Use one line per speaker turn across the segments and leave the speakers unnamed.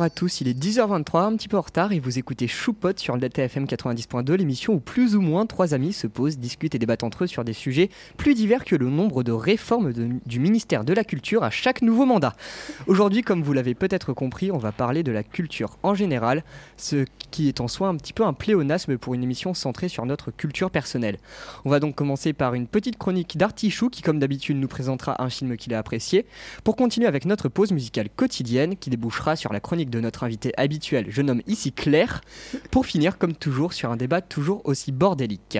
à tous, il est 10h23, un petit peu en retard, et vous écoutez Choupote sur le DataFM 90.2, l'émission où plus ou moins trois amis se posent, discutent et débattent entre eux sur des sujets plus divers que le nombre de réformes de- du ministère de la Culture à chaque nouveau mandat. Aujourd'hui, comme vous l'avez peut-être compris, on va parler de la culture en général, ce qui est en soi un petit peu un pléonasme pour une émission centrée sur notre culture personnelle. On va donc commencer par une petite chronique d'Artichou qui, comme d'habitude, nous présentera un film qu'il a apprécié, pour continuer avec notre pause musicale quotidienne qui débouchera sur la chronique de notre invité habituel, je nomme ici Claire, pour finir comme toujours sur un débat toujours aussi bordélique.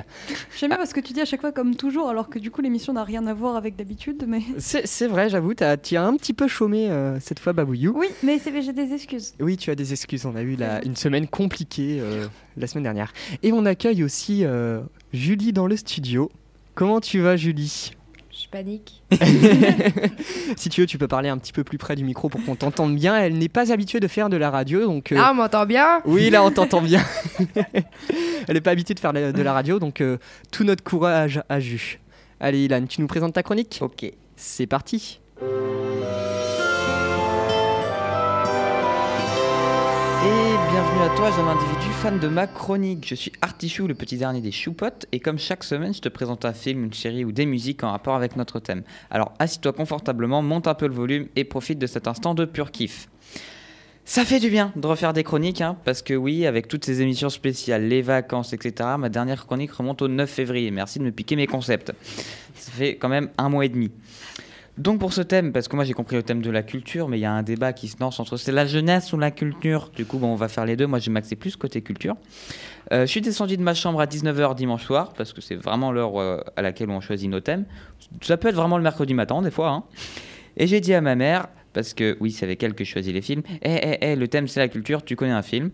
J'aime bien parce que tu dis à chaque fois comme toujours, alors que du coup l'émission n'a rien à voir avec d'habitude, mais.
C'est c'est vrai, j'avoue, t'as- tu as un petit peu chômé euh, cette fois, Babouillou.
Oui, mais c'est- j'ai des excuses.
Oui, tu as des excuses, on a eu la- une semaine compliquée euh, la semaine dernière. Et on accueille aussi euh, Julie dans le studio. Comment tu vas, Julie
Je panique.
Si tu veux, tu peux parler un petit peu plus près du micro pour qu'on t'entende bien. Elle n'est pas habituée de faire de la radio, donc... euh,
Ah, on m'entend bien
Oui, là, on t'entend bien. Elle n'est pas habituée de faire la- de la radio, donc euh, tout notre courage à jus. Allez, Ilan, tu nous présentes ta chronique
Ok.
C'est parti.
Et bienvenue à toi, jeune individu fan de ma chronique. Je suis Artichou, le petit dernier des choupotes, et comme chaque semaine, je te présente un film, une série ou des musiques en rapport avec notre thème. Alors assis-toi confortablement, monte un peu le volume et profite de cet instant de pur kiff. Ça fait du bien de refaire des chroniques, hein, parce que oui, avec toutes ces émissions spéciales, les vacances, etc., ma dernière chronique remonte au 9 février. Merci de me piquer mes concepts. Ça fait quand même un mois et demi. Donc pour ce thème, parce que moi j'ai compris le thème de la culture, mais il y a un débat qui se lance entre c'est la jeunesse ou la culture. Du coup, bon, on va faire les deux. Moi, j'ai maxé plus côté culture. Euh, je suis descendu de ma chambre à 19h dimanche soir, parce que c'est vraiment l'heure euh, à laquelle on choisit nos thèmes. Ça peut être vraiment le mercredi matin, des fois. hein. Et j'ai dit à ma mère, parce que oui, c'est avec elle que je choisis les films, hé, hé, hé, le thème c'est la culture, tu connais un film.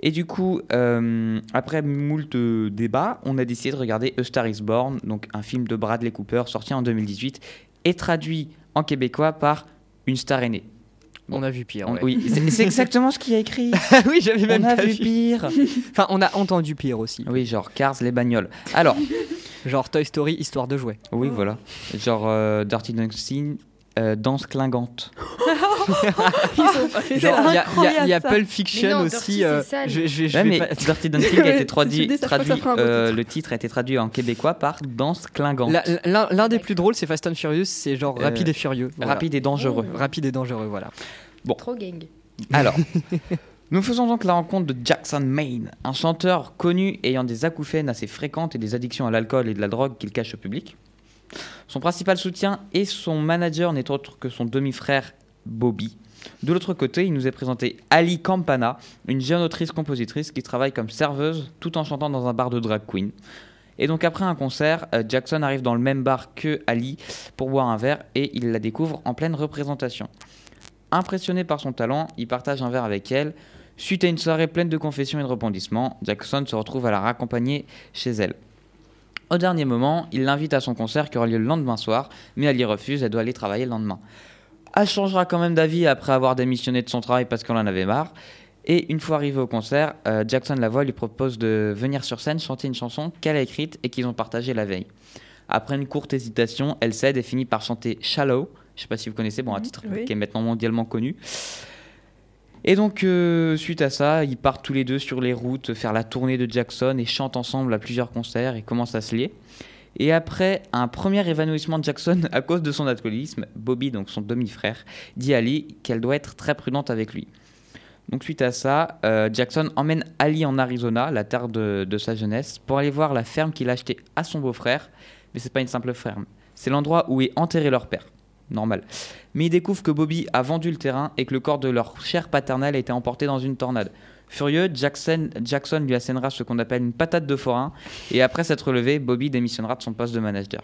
Et du coup, euh, après moult euh, débats, on a décidé de regarder A Star is Born, donc un film de Bradley Cooper sorti en 2018 et traduit en québécois par Une star aînée.
On a vu pire.
On-
ouais.
Oui, c'est c'est exactement ce qu'il a écrit.
oui, j'avais
On
même
a
pas
vu
vu.
pire.
Enfin, on a entendu pire aussi.
Oui, genre Cars, les bagnoles. Alors,
Genre Toy Story, histoire de jouets.
oui, voilà. Genre euh, Dirty Dancing, euh, danse clingante.
Genre, il y a- il y a- il y a
incroyable, ça.
Pulp Fiction
Mais non, Dirty,
aussi.
c'est
euh,
sale.
je, je- je
Ouais,
vais
mais
pas-
Dirty Dancing a été
Je
traduit,
dis, ça fera- ça
traduit,
fera un beau
euh,
titre.
le titre a été traduit en québécois par danse clingante.
La- la- L'un l'un des plus drôles, c'est Fast and Furious, c'est genre
Euh,
rapide et furieux. Voilà.
Rapide et dangereux.
Rapide et dangereux, voilà.
Trop gang.
Alors, nous faisons donc la rencontre de Jackson Maine, un chanteur connu ayant des acouphènes assez fréquentes et des addictions à l'alcool et de la drogue qu'il cache au public. Son principal soutien et son manager n'est autre que son demi-frère Bobby. De l'autre côté, il nous est présenté Ali Campana, une jeune autrice-compositrice qui travaille comme serveuse tout en chantant dans un bar de drag queen. Et donc après un concert, euh, Jackson arrive dans le même bar que Ali pour boire un verre et il la découvre en pleine représentation. Impressionné par son talent, il partage un verre avec elle. Suite à une soirée pleine de confessions et de rebondissements, Jackson se retrouve à la raccompagner chez elle. Au dernier moment, il l'invite à son concert qui aura lieu le lendemain soir, mais elle y refuse, elle doit aller travailler le lendemain. Elle changera quand même d'avis après avoir démissionné de son travail parce qu'on en avait marre. Et une fois arrivé au concert, euh, Jackson la voit lui propose de venir sur scène chanter une chanson qu'elle a écrite et qu'ils ont partagée la veille. Après une courte hésitation, elle cède et finit par chanter Shallow. Je sais pas si vous connaissez, bon, un
Mhm,
titre
oui.
qui est maintenant mondialement connu. Et donc, euh, suite à ça, ils partent tous les deux sur les routes faire la tournée de Jackson et chantent ensemble à plusieurs concerts et commencent à se lier. Et après un premier évanouissement de Jackson à cause de son alcoolisme, Bobby, donc son demi-frère, dit à Ali qu'elle doit être très prudente avec lui. Donc suite à ça, euh, Jackson emmène Ali en Arizona, la terre de, de sa jeunesse, pour aller voir la ferme qu'il a achetée à son beau-frère. Mais c'est pas une simple ferme, c'est l'endroit où est enterré leur père. Normal. Mais il découvre que Bobby a vendu le terrain et que le corps de leur chère paternelle a été emporté dans une tornade. Furieux, Jackson, Jackson lui assénera ce qu'on appelle une patate de forain et après s'être relevé, Bobby démissionnera de son poste de manager.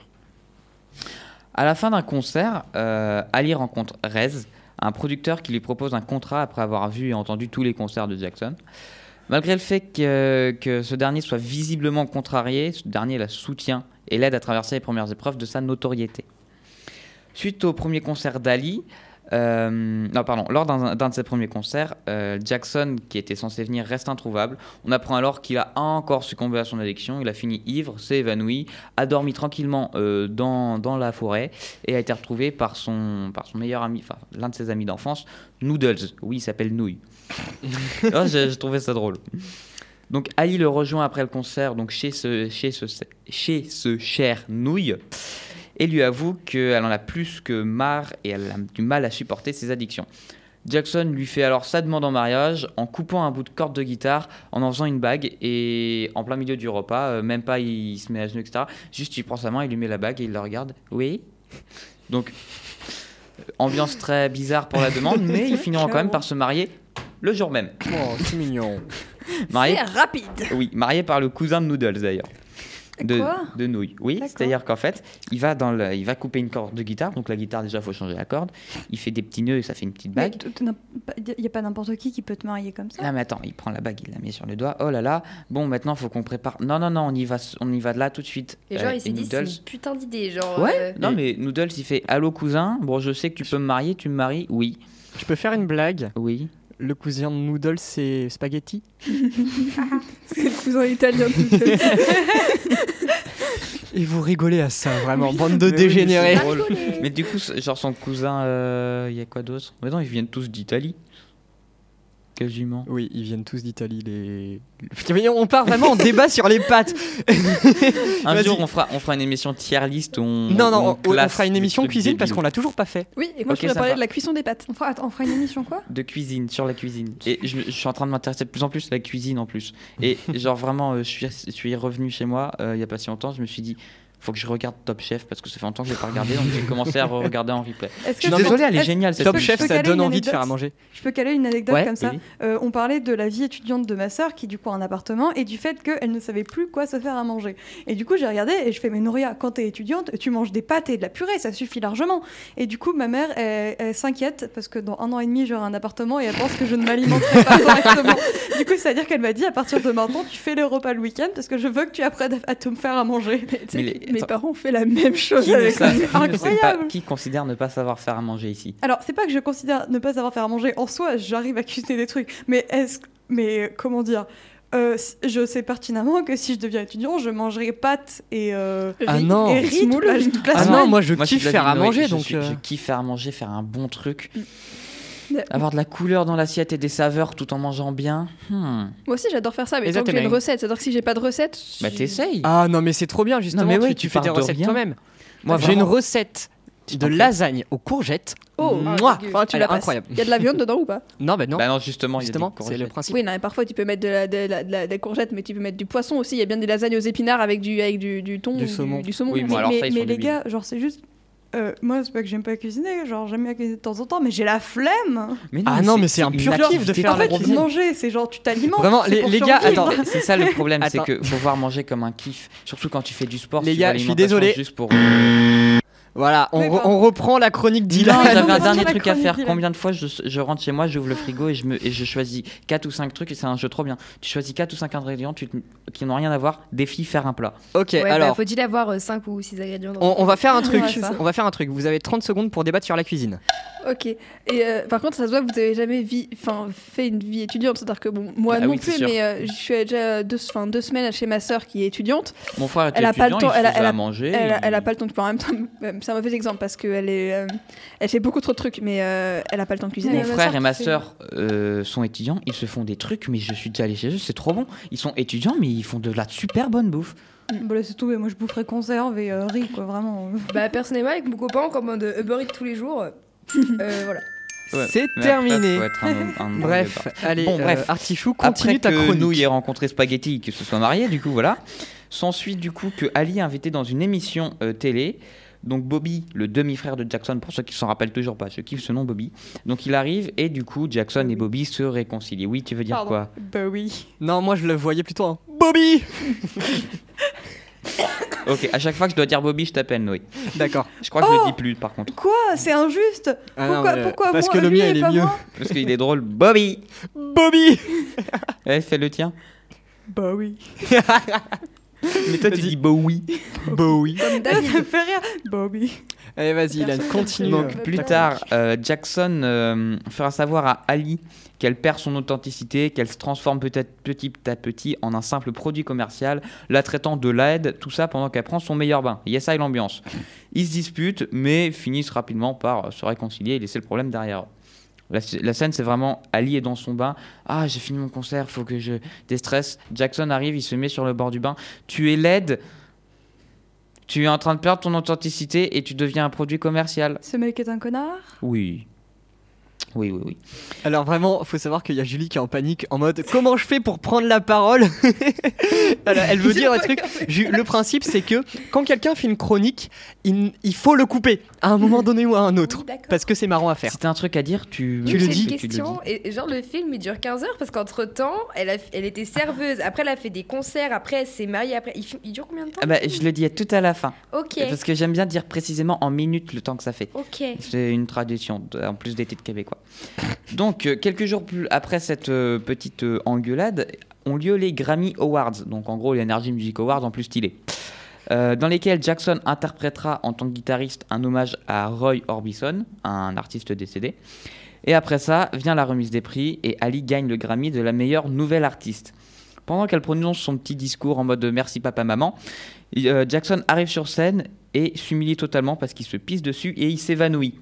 À la fin d'un concert, euh, Ali rencontre Rez, un producteur qui lui propose un contrat après avoir vu et entendu tous les concerts de Jackson. Malgré le fait que, que ce dernier soit visiblement contrarié, ce dernier la soutient et l'aide à traverser les premières épreuves de sa notoriété. Suite au premier concert d'Ali, Euh, non, pardon. Lors d'un d'un de ses premiers concerts, euh, Jackson, qui était censé venir, reste introuvable. On apprend alors qu'il a encore succombé à son addiction. Il a fini ivre, s'est évanoui, a dormi tranquillement euh, dans, dans la forêt et a été retrouvé par son, par son meilleur ami, enfin l'un de ses amis d'enfance, Noodles. Oui, il s'appelle Nouille. Ah, J'ai j'ai trouvé ça drôle. Donc Ali le rejoint après le concert donc chez ce, chez ce, chez ce cher Nouille et lui avoue qu'elle en a plus que marre et elle a du mal à supporter ses addictions. Jackson lui fait alors sa demande en mariage en coupant un bout de corde de guitare, en en faisant une bague et en plein milieu du repas, euh, même pas il, se met à genoux, etc. Juste il prend sa main, il lui met la bague et il la regarde. Oui Donc, euh, ambiance très bizarre pour la demande, mais ils finiront quand même par se marier le jour même.
Oh, c'est mignon. Ah,
Marié,
C'est rapide.
oui, marié par le cousin de Noodles d'ailleurs. De,
Quoi
de nouilles. Oui,
D'accord.
c'est-à-dire qu'en fait, il va, dans le- il va couper une corde de guitare. Donc la guitare, déjà, il faut changer la corde. Il fait des petits nœuds et ça fait une petite
Mais
bague.
t- t- n'a pas- y a pas n'importe qui qui peut te marier comme ça.
Ah.
Non mais attends, il prend la bague, il la met sur le doigt. Oh là là, bon maintenant faut qu'on prépare. Non non non, on y va, on y va de là tout de suite.
Et
Euh,
genre, il s'est dit, c'est
Noodles-
une putain d'idée. Genre,
Ouais.
euh,
Non mais Noodles il fait allô cousin. Bon je sais que tu peux me marier, tu me maries. Oui,
Je peux faire une blague.
oui.
Le cousin de Noodle, c'est spaghetti.
C'est le cousin italien. de-
Et vous rigolez à ça, vraiment, bande de
Mais oui, mais c'est
dégénérés.
drôle. Mais du coup c'est- genre son cousin, euh, il y a quoi d'autre Mais non ils viennent tous d'Italie, quasiment.
Oui, ils viennent tous d'Italie. Les... Putain, mais on part vraiment en débat sur les pattes.
Un
Vas-y.
jour on fera on fera une émission tier list. où On,
Non, non, on, on
classe
fera une
des
émission
trucs
cuisine parce
débiles.
qu'on l'a toujours pas fait.
Oui, et moi
Ok,
je voulais
ça
parler
va.
de la cuisson des pâtes. On fera, attends, on fera une émission quoi
de cuisine, sur la cuisine. Et je, me- je suis en train de m'intéresser de plus en plus à la cuisine en plus. Et genre vraiment, euh, je, suis, je suis revenu chez moi euh, il y a pas si longtemps, je me suis dit, faut que je regarde Top Chef parce que ça fait longtemps que je l'ai pas regardé, donc j'ai commencé à regarder en replay.
Est-ce
Je suis
Non,
je peux-
désolé, elle est
est-ce-
géniale cette
Top
série.
Chef,
peux
ça
caler
donne
une
envie de faire à
anecdote
manger.
Je peux caler une anecdote
Ouais,
comme ça.
oui.
Euh, on parlait de la vie étudiante de ma sœur qui du coup a un appartement et du fait qu'elle ne savait plus quoi se faire à manger. Et du coup j'ai regardé et je fais mais Noria quand t'es étudiante tu manges des pâtes et de la purée ça suffit largement. Et du coup ma mère elle, elle s'inquiète parce que dans un an et demi j'aurai un appartement et elle pense que je ne m'alimenterai pas correctement. Du coup c'est à dire qu'elle m'a dit à partir de maintenant tu fais les repas le week-end parce que je veux que tu apprennes à te me faire à manger.
Mais les-
Mes
attends,
parents ont fait la même chose
qui, ne
avec
savent-
moi.
qui ne sait pas-
Incroyable.
qui considère ne pas savoir faire à manger ici
Alors, c'est pas que je considère ne pas savoir faire à manger en soi, j'arrive à cuisiner des trucs, mais est-ce mais euh, comment dire euh, c- je sais pertinemment que si je deviens étudiant, je mangerai pâtes et, euh,
Ah non.
et riz toute la, toute la
Ah
semaine.
non, moi je
suis
kiffe
de la
faire à
ville, oui,
manger
je
donc.
suis-
euh, Mm.
Je kiffe faire à manger, faire un bon truc.
Ouais.
Avoir de la couleur dans l'assiette et des saveurs tout en mangeant bien. Hmm.
Moi aussi, j'adore faire ça, mais
Et ça,
tant que
t'es
j'ai une
dingue.
recette. C'est-à-dire que si j'ai pas de recette.
Bah
je-
t'essayes.
Ah non, mais c'est trop bien justement.
mais
tu-
ouais,
tu,
tu
fais des
pars de
recettes
rien.
toi-même.
Moi,
Ah, J'ai une
vraiment-
recette de
t'en prie.
lasagne aux courgettes.
Oh,
Mouah.
ah, enfin, tu
Elle
la
est
passes.
incroyable.
Il y a de la viande dedans ou pas
Non, bah non.
Bah non, justement, il y a des
justement, c'est le
courgettes.
principe.
Oui, non, mais parfois tu peux mettre de la, de la- de la- des courgettes, mais tu peux mettre du poisson aussi. Il y a bien des lasagnes aux épinards avec du, avec du, du thon,
Du
ou
saumon.
Du, saumon.
Oui,
Mais-
bon, alors
mais
ça, ils
mais
sont
les
débiles.
gars, genre c'est juste, euh, moi c'est pas que j'aime pas cuisiner, genre j'aime bien cuisiner de temps en temps, mais j'ai la flemme.
Mais
Ah non, mais c'est un
une
pur
activité
kiff de faire
En
la
fait,
cuisine.
manger, c'est genre tu t'alimentes.
Vraiment,
c'est
les,
pour
les gars,
survivre.
attends,
C'est ça le problème, c'est
Attends.
que faut voir manger comme un kiff. Surtout quand tu fais du sport.
Les
tu vois,
gars, je suis
l'alimentation
désolé.
Juste pour.
voilà, on,
Mais
re-
pardon.
on reprend la chronique
Dylan,
d'Ilan.
non,
j'avais
non,
un
non,
dernier
la
truc à
chronique
faire.
Dylan.
Combien de fois je, je rentre chez moi, j'ouvre le frigo et je me et je choisis 4 ou 5 trucs et c'est un jeu trop bien. Tu choisis 4 ou 5 ingrédients tu te- qui n'ont rien à voir. Défi faire un plat.
Ok,
Ouais, bah,
alors
faut-il avoir
euh,
5 ou 6 ingrédients dans
on, on va faire un truc.
Ouais, c'est ça.
on va faire un truc. Vous avez 30 secondes pour débattre sur la cuisine.
Ok. Et euh, par contre, ça se voit que vous avez jamais vi- enfin, fait une vie étudiante. C'est-à-dire que bon, moi
Ah
non
oui, c'est
plus,
sûr.
mais euh, je suis déjà deux, enfin, deux semaines chez ma sœur qui est étudiante.
Mon frère était
Elle a pas le
étudiant,
temps,
il
elle a-
faisait
elle
à
a-
manger.
elle, a-
il-
elle a pas le temps de enfin, en même temps. euh, C'est un mauvais exemple parce qu'elle est, euh, elle fait beaucoup trop de trucs, mais euh, elle a pas le temps de cuisiner.
Mon
Mais ma
frère
sœur
et ma
qui fait-
sœur euh, sont étudiants, ils se font des trucs, mais je suis déjà allé chez eux, c'est trop bon. Ils sont étudiants, mais ils font de la super bonne bouffe.
Bah, laisse tout, mais moi je boufferais conserve et euh, riz, quoi, vraiment.
Bah, personnellement, avec mon copain, on commande Uber Eats tous les jours. Euh, voilà.
Ouais,
C'est
mais après,
terminé.
faut être un- un- un
Bref, allez,
Bon, bref.
euh, Artichou, continue
Après
ta
que
chronique.
Nouille ait rencontré Spaghetti, que se soit marié, du coup, voilà. S'ensuit, du coup, que Ali est invité dans une émission euh, télé. Donc Bobby, le demi-frère de Jackson, pour ceux qui s'en rappellent toujours pas, je kiffe ce nom Bobby. Donc il arrive et du coup Jackson et Bobby se réconcilient. Oui, tu veux dire
Pardon.
quoi
Bah oui.
Non, moi je le voyais plutôt en Bobby.
Ok, à chaque fois que je dois dire Bobby, je t'appelle Noé.
D'accord.
Je crois que je
Oh
le dis plus par contre,
Quoi C'est injuste
Ah non,
Pourquoi,
mais, euh,
pourquoi
Parce
moi,
que le
lui
mien
et
il est
pas
mieux.
moi
parce qu'il est drôle. Bobby,
Bobby.
eh, fais le tien.
Bah oui.
Mais toi tu
Vas-y.
dis bah Bowie.
Bowie.
Comme
Ah, Ça
David.
me fait rire. Bobby.
Allez, vas-y, Ilan,
Personne ne
continue.
Donc,
Donc
Euh,
plus
Black
tard, euh, Jackson euh, fera savoir à Ali qu'elle perd son authenticité, qu'elle se transforme peut-être petit à petit en un simple produit commercial, la traitant de l'aide, tout ça pendant qu'elle prend son meilleur bain. Yes, I l'ambiance. Ils se disputent, mais finissent rapidement par euh, se réconcilier et laisser le problème derrière eux. La, la scène, c'est vraiment Ali est dans son bain. Ah, j'ai fini mon concert, faut que je déstresse. Jackson arrive, il se met sur le bord du bain. Tu es laide. Tu es en train de perdre ton authenticité et tu deviens un produit commercial.
Ce mec est un connard.
Oui. Oui, oui, oui.
Alors vraiment, faut savoir qu'il y a Julie qui est en panique, en mode comment je fais pour prendre la parole Alors, Elle veut dire un truc. Ju- Le principe, c'est que quand quelqu'un fait une chronique, il, il faut le couper à un moment donné ou à un autre,
Oui, d'accord.
parce que c'est marrant à faire.
Si t'as un truc à dire, tu,
Tu le dis.
tu tu
J'ai une question. Et, et genre, le film, il dure 15 heures parce qu'entre temps, elle, a- elle était serveuse. Après, elle a fait des concerts. Après, elle s'est mariée. Après, il, fi- il dure combien de temps
Ah bah, je le dis à tout à la fin.
Ok.
Parce que j'aime bien dire précisément en minutes le temps que ça fait.
Ok.
C'est une tradition, de- en plus des titres québécois. Donc, euh, quelques jours plus après cette euh, petite euh, engueulade, ont lieu les Grammy Awards, donc en gros les Energy Music Awards en plus stylés, euh, dans lesquels Jackson interprétera en tant que guitariste un hommage à Roy Orbison, un artiste décédé. Et après ça, vient la remise des prix et Ali gagne le Grammy de la meilleure nouvelle artiste. Pendant qu'elle prononce son petit discours en mode merci papa maman, il- euh, Jackson arrive sur scène et s'humilie totalement parce qu'il se pisse dessus et il s'évanouit.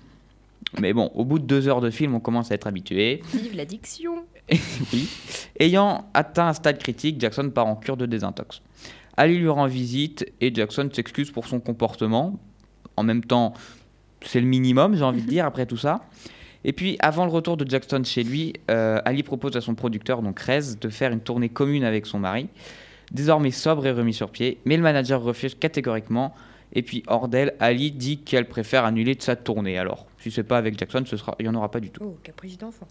Mais bon, au bout de deux heures de film, on commence à être habitué.
Vive l'addiction.
Oui. Ayant atteint un stade critique, Jackson part en cure de désintox. Ali lui rend visite et Jackson s'excuse pour son comportement. En même temps, c'est le minimum, j'ai envie de dire, après tout ça. Et puis, avant le retour de Jackson chez lui, euh, Ali propose à son producteur, donc Rez, de faire une tournée commune avec son mari. Désormais sobre et remis sur pied, mais le manager refuse catégoriquement. Et puis, hors d'elle, Ali dit qu'elle préfère annuler de sa tournée. Alors, si c'est pas avec Jackson, ce sera, il n'y en aura pas du tout.
Oh, caprice d'enfant.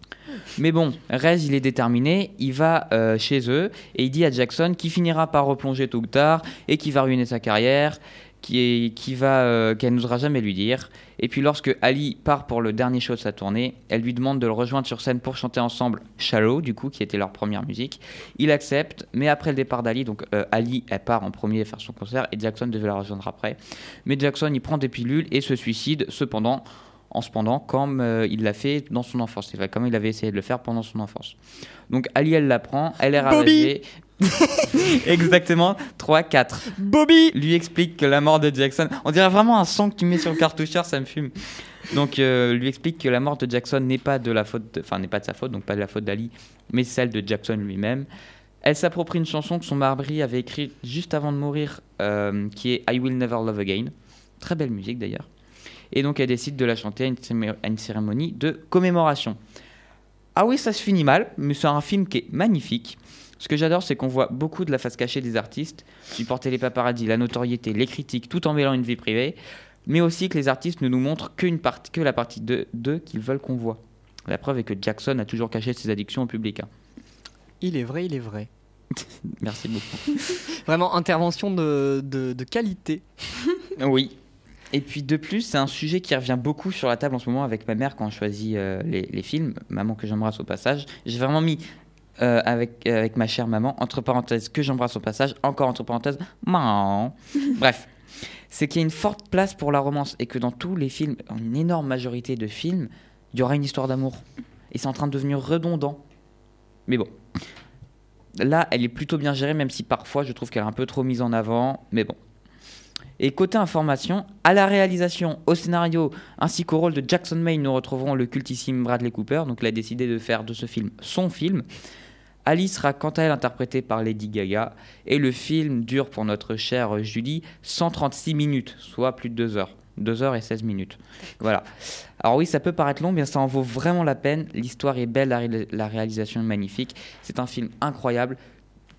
Mais bon, Rez, il est déterminé, il va euh, chez eux et il dit à Jackson qu'il finira par replonger tôt ou tard et qu'il va ruiner sa carrière, qui qui va, euh, qu'elle n'osera jamais lui dire. Et puis lorsque Ali part pour le dernier show de sa tournée, elle lui demande de le rejoindre sur scène pour chanter ensemble Shallow, du coup, qui était leur première musique. Il accepte, mais après le départ d'Ali, donc euh, Ali, elle part en premier faire son concert et Jackson devait la rejoindre après. Mais Jackson, il prend des pilules et se suicide. Cependant, en cependant comme euh, il l'a fait dans son enfance. C'est vrai, comme il avait essayé de le faire pendant son enfance. Donc Ali, elle l'apprend, elle est ravagée. Exactement, 3-4.
Bobby
Lui explique que la mort de Jackson. On dirait vraiment un son que tu mets sur le cartoucheur, ça me fume. Donc euh, lui explique que la mort de Jackson n'est pas de la faute, de- enfin n'est pas de sa faute, donc pas de la faute d'Ali, mais celle de Jackson lui-même. Elle s'approprie une chanson que son mari avait écrite juste avant de mourir, euh, qui est I Will Never Love Again. Très belle musique d'ailleurs. Et donc elle décide de la chanter à une, cémé- à une cérémonie de commémoration. Ah oui, ça se finit mal, mais c'est un film qui est magnifique. Ce que j'adore, c'est qu'on voit beaucoup de la face cachée des artistes, supporter les paparazzis, la notoriété, les critiques, tout en mêlant une vie privée, mais aussi que les artistes ne nous montrent qu'une partie, que la partie de- d'eux qu'ils veulent qu'on voit. La preuve est que Jackson a toujours caché ses addictions au public. hein.
Il est vrai, il est vrai.
Merci beaucoup.
Vraiment, intervention de, de- de qualité.
Oui. Et puis de plus, c'est un sujet qui revient beaucoup sur la table en ce moment avec ma mère quand on choisit euh, les, les films. Maman que j'embrasse au passage. J'ai vraiment mis euh, avec, euh, avec ma chère maman, entre parenthèses, que j'embrasse au passage, encore entre parenthèses, maman. Bref, c'est qu'il y a une forte place pour la romance et que dans tous les films, en une énorme majorité de films, il y aura une histoire d'amour. Et c'est en train de devenir redondant. Mais bon. Là, elle est plutôt bien gérée, même si parfois je trouve qu'elle est un peu trop mise en avant. Mais bon. Et côté information, à la réalisation, au scénario, ainsi qu'au rôle de Jackson May, nous retrouverons le cultissime Bradley Cooper. Donc, il a décidé de faire de ce film son film. Alice sera quant à elle interprétée par Lady Gaga. Et le film dure pour notre chère Julie 136 minutes, soit plus de 2 heures. 2 heures et 16 minutes. Voilà. Alors oui, ça peut paraître long, mais ça en vaut vraiment la peine. L'histoire est belle, la, ré- la réalisation est magnifique. C'est un film incroyable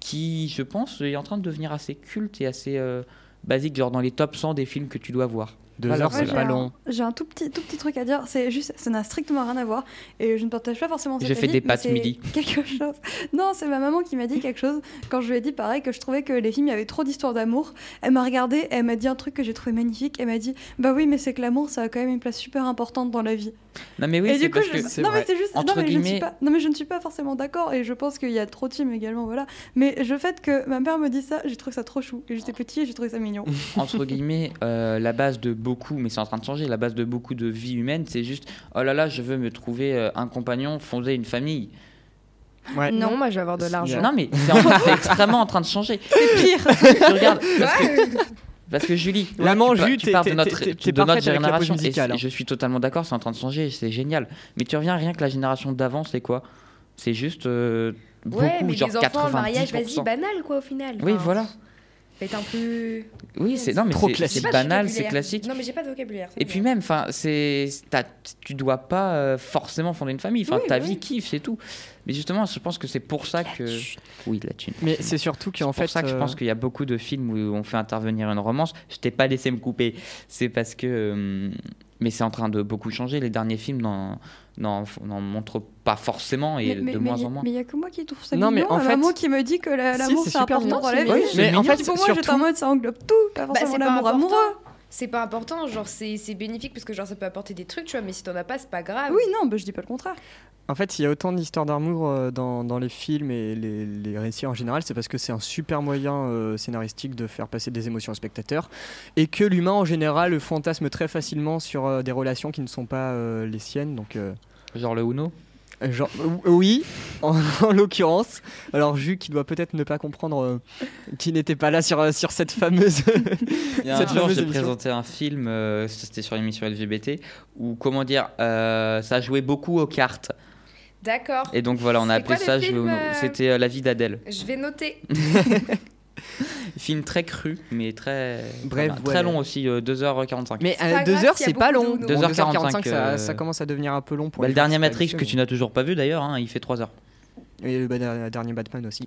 qui, je pense, est en train de devenir assez culte et assez euh, basique, genre dans les top 100 des films que tu dois voir.
Deux
Alors,
heures, c'est
voilà.
pas
j'ai
long.
un- J'ai un tout petit, tout petit truc à dire. C'est juste, ça n'a strictement rien à voir. Et je ne partage pas forcément
J'ai
cet
fait
avis,
des
mais
pâtes
c'est
midi.
Quelque chose. Non, c'est ma maman qui m'a dit quelque chose quand je lui ai dit pareil que je trouvais que les films il y avait trop d'histoires d'amour. Elle m'a regardé, elle m'a dit un truc que j'ai trouvé magnifique. Elle m'a dit bah oui, mais c'est que l'amour ça a quand même une place super importante dans la vie.
Non mais oui,
et
c'est
du coup,
parce
je...
que
c'est
non
vrai.
mais c'est juste,
Entre
non mais, je ne suis
guillemets-
pas... non mais je ne suis pas forcément d'accord et je pense qu'il y a trop de films également voilà. Mais le fait que ma mère me dise ça, j'ai trouvé ça trop chou. Et j'étais petit et j'ai trouvé ça mignon.
entre guillemets, euh, la base de beaucoup, mais c'est en train de changer, la base de beaucoup de vie humaine, c'est juste oh là là, je veux me trouver euh, un compagnon, fonder une famille.
Ouais.
Non, moi, je vais avoir de l'argent.
Non, mais Euh, c'est en train- c'est extrêmement en train de changer.
C'est pire.
Tu regardes,
Ouais.
parce que Julie,
La
tu
Manju,
par- tu,
t'es-
parles de
t'es-
notre,
t'es-
tu-
t'es
de notre
parfaite avec la pause
génération, et
musicale,
c'est-
hein.
je suis totalement d'accord, c'est en train de changer, c'est génial. Mais tu reviens rien que la génération d'avant, c'est quoi C'est juste euh, beaucoup,
Ouais, mais
genre
les enfants, le mariage,
90%.
vas-y, banal, quoi, au final.
Oui,
Enfin,
voilà.
Faites un peu.
Oui, c'est non, mais
Trop
c'est-
classique.
c'est
J'ai pas de
banal, c'est
vocabulaire.
classique.
Non, mais j'ai pas de vocabulaire. c'est
Et
bon.
puis même, enfin, c'est t'as- tu dois pas euh, forcément fonder une famille. Enfin,
Oui,
ta
oui.
vie kiffe, c'est tout. Mais justement, je pense que c'est pour ça que oui, de la thune.
Mais c'est surtout
C'est
qu'en
pour
fait.
ça que je
euh,
pense qu'il y a beaucoup de films où on fait intervenir une romance. Je t'ai pas laissé me couper. C'est parce que. euh, mais c'est en train de beaucoup changer. Les derniers films n'en n'en- n'en montrent pas forcément et de moins
y-
en moins.
mais y a que moi qui trouve ça
Non, mais
mignon,
en
la
fait-
maman qui me dit que la-
Si,
l'amour
c'est
c'est
super
important
mignon,
pour
c'est
la vie.
mignon. Oui,
mais en fait,
pour moi j'étais en
surtout-
mode ça englobe tout, pas
Bah,
forcément
c'est pas
l'amour
important.
amoureux.
C'est pas important, genre, c'est c'est bénéfique parce que, genre, ça peut apporter des trucs, tu vois, mais si t'en as pas, c'est pas
Ah
grave.
Oui, non, bah, je dis pas le contraire.
En fait, il y a autant d'histoires d'amour euh, dans, dans les films et les, les récits en général, c'est parce que c'est un super moyen euh, scénaristique de faire passer des émotions au spectateur et que l'humain en général fantasme très facilement sur euh, des relations qui ne sont pas euh, les siennes. Donc, euh,
Genre le Uno.
euh, genre, ou- oui, en, en l'occurrence. Alors, Jus qui doit peut-être ne pas comprendre euh, qui n'était pas là sur, euh, sur cette fameuse.
Il y a
Cette
un jour,
fameuse
j'ai
émission.
présenté un film, euh, c'était sur l'émission LGBT, où, comment dire, euh, ça jouait beaucoup aux cartes.
D'accord.
Et donc voilà, on a
C'était
appelé
quoi
ça
le
jouer
film,
au Uno.
euh
C'était euh, La vie d'Adèle.
Je vais noter.
Film très cru, mais très,
Bref,
enfin,
voilà.
très long aussi, euh, 2h45.
Mais
pas grave
2 heures,
s'il y a
c'est pas
beaucoup de
long.
Uno.
2h45, ça,
euh,
ça commence à devenir un peu long pour
Bah,
les
le
gens,
dernier
c'est pas
Matrix que
habitués,
tu n'as toujours pas vu d'ailleurs, hein, il fait 3 heures.
mais- Et le ba- dernier Batman aussi.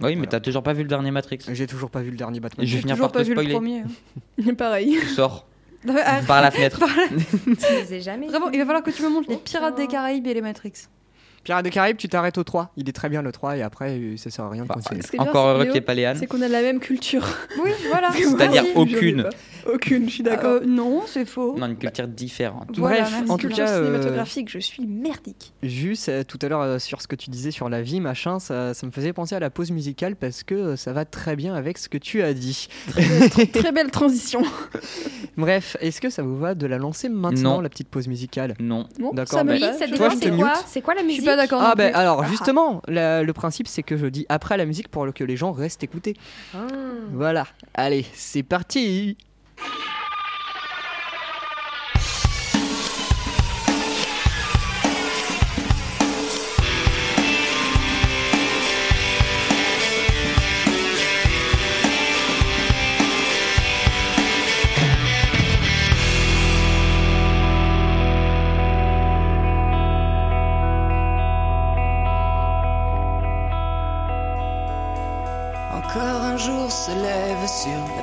Oui, mais
Voilà.
t'as toujours pas vu le dernier Matrix.
J'ai toujours pas vu le dernier Batman.
Et je vais
J'ai
finir
toujours pas
par te
vu le
spoiler.
premier.
Pareil.
Tu sors
Non, mais
Ah.
arrête.
par la fenêtre.
Je les ai jamais.
Vraiment, il va falloir que tu me montres les
Oh,
Pirates des
putain.
Caraïbes et les Matrix.
Pirates des Caraïbes, tu t'arrêtes au 3. Il est très bien le 3 et après euh, ça sert à rien de
Bah,
continuer.
Ce qui est bien,
Encore
c'est
heureux qu'il
Léo,
n'y ait pas les Hannes.
C'est qu'on a la même culture.
Oui, voilà.
C'est-à-dire
Merci.
au- aucune.
Aucune, je suis d'accord.
Euh, non, c'est faux.
Non, une culture
Bah,
différente.
Voilà,
Bref,
merci.
en tout
Culture
cas, euh,
cinématographique, je suis merdique.
juste euh, tout à l'heure euh, sur ce que tu disais sur la vie, machin, ça, ça me faisait penser à la pause musicale parce que euh, ça va très bien avec ce que tu as dit.
Très belle transition.
Bref, est-ce que ça vous va de la lancer maintenant,
Non.
la petite pause musicale
Non.
Bon,
D'accord,
ça me
mais-
Ah, Oui,
va,
ça
je-
Toi,
dépend,
je te
c'est quoi
mute.
C'est quoi la
Je suis
musique
pas d'accord.
Ah
non
ben
plus.
alors justement, la- le principe c'est que je dis après la musique pour que les gens restent écoutés.
Ah.
Voilà, allez, c'est parti
Encore un jour se lève sur la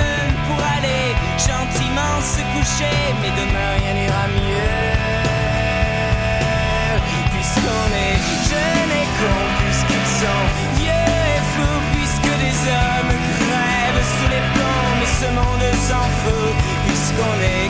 pour aller gentiment se coucher. Mais demain rien n'ira mieux. Puisqu'on est jeune et con, puisqu'ils sont vieux et fous, puisque des hommes crèvent sous les ponts. Mais ce monde s'en fout,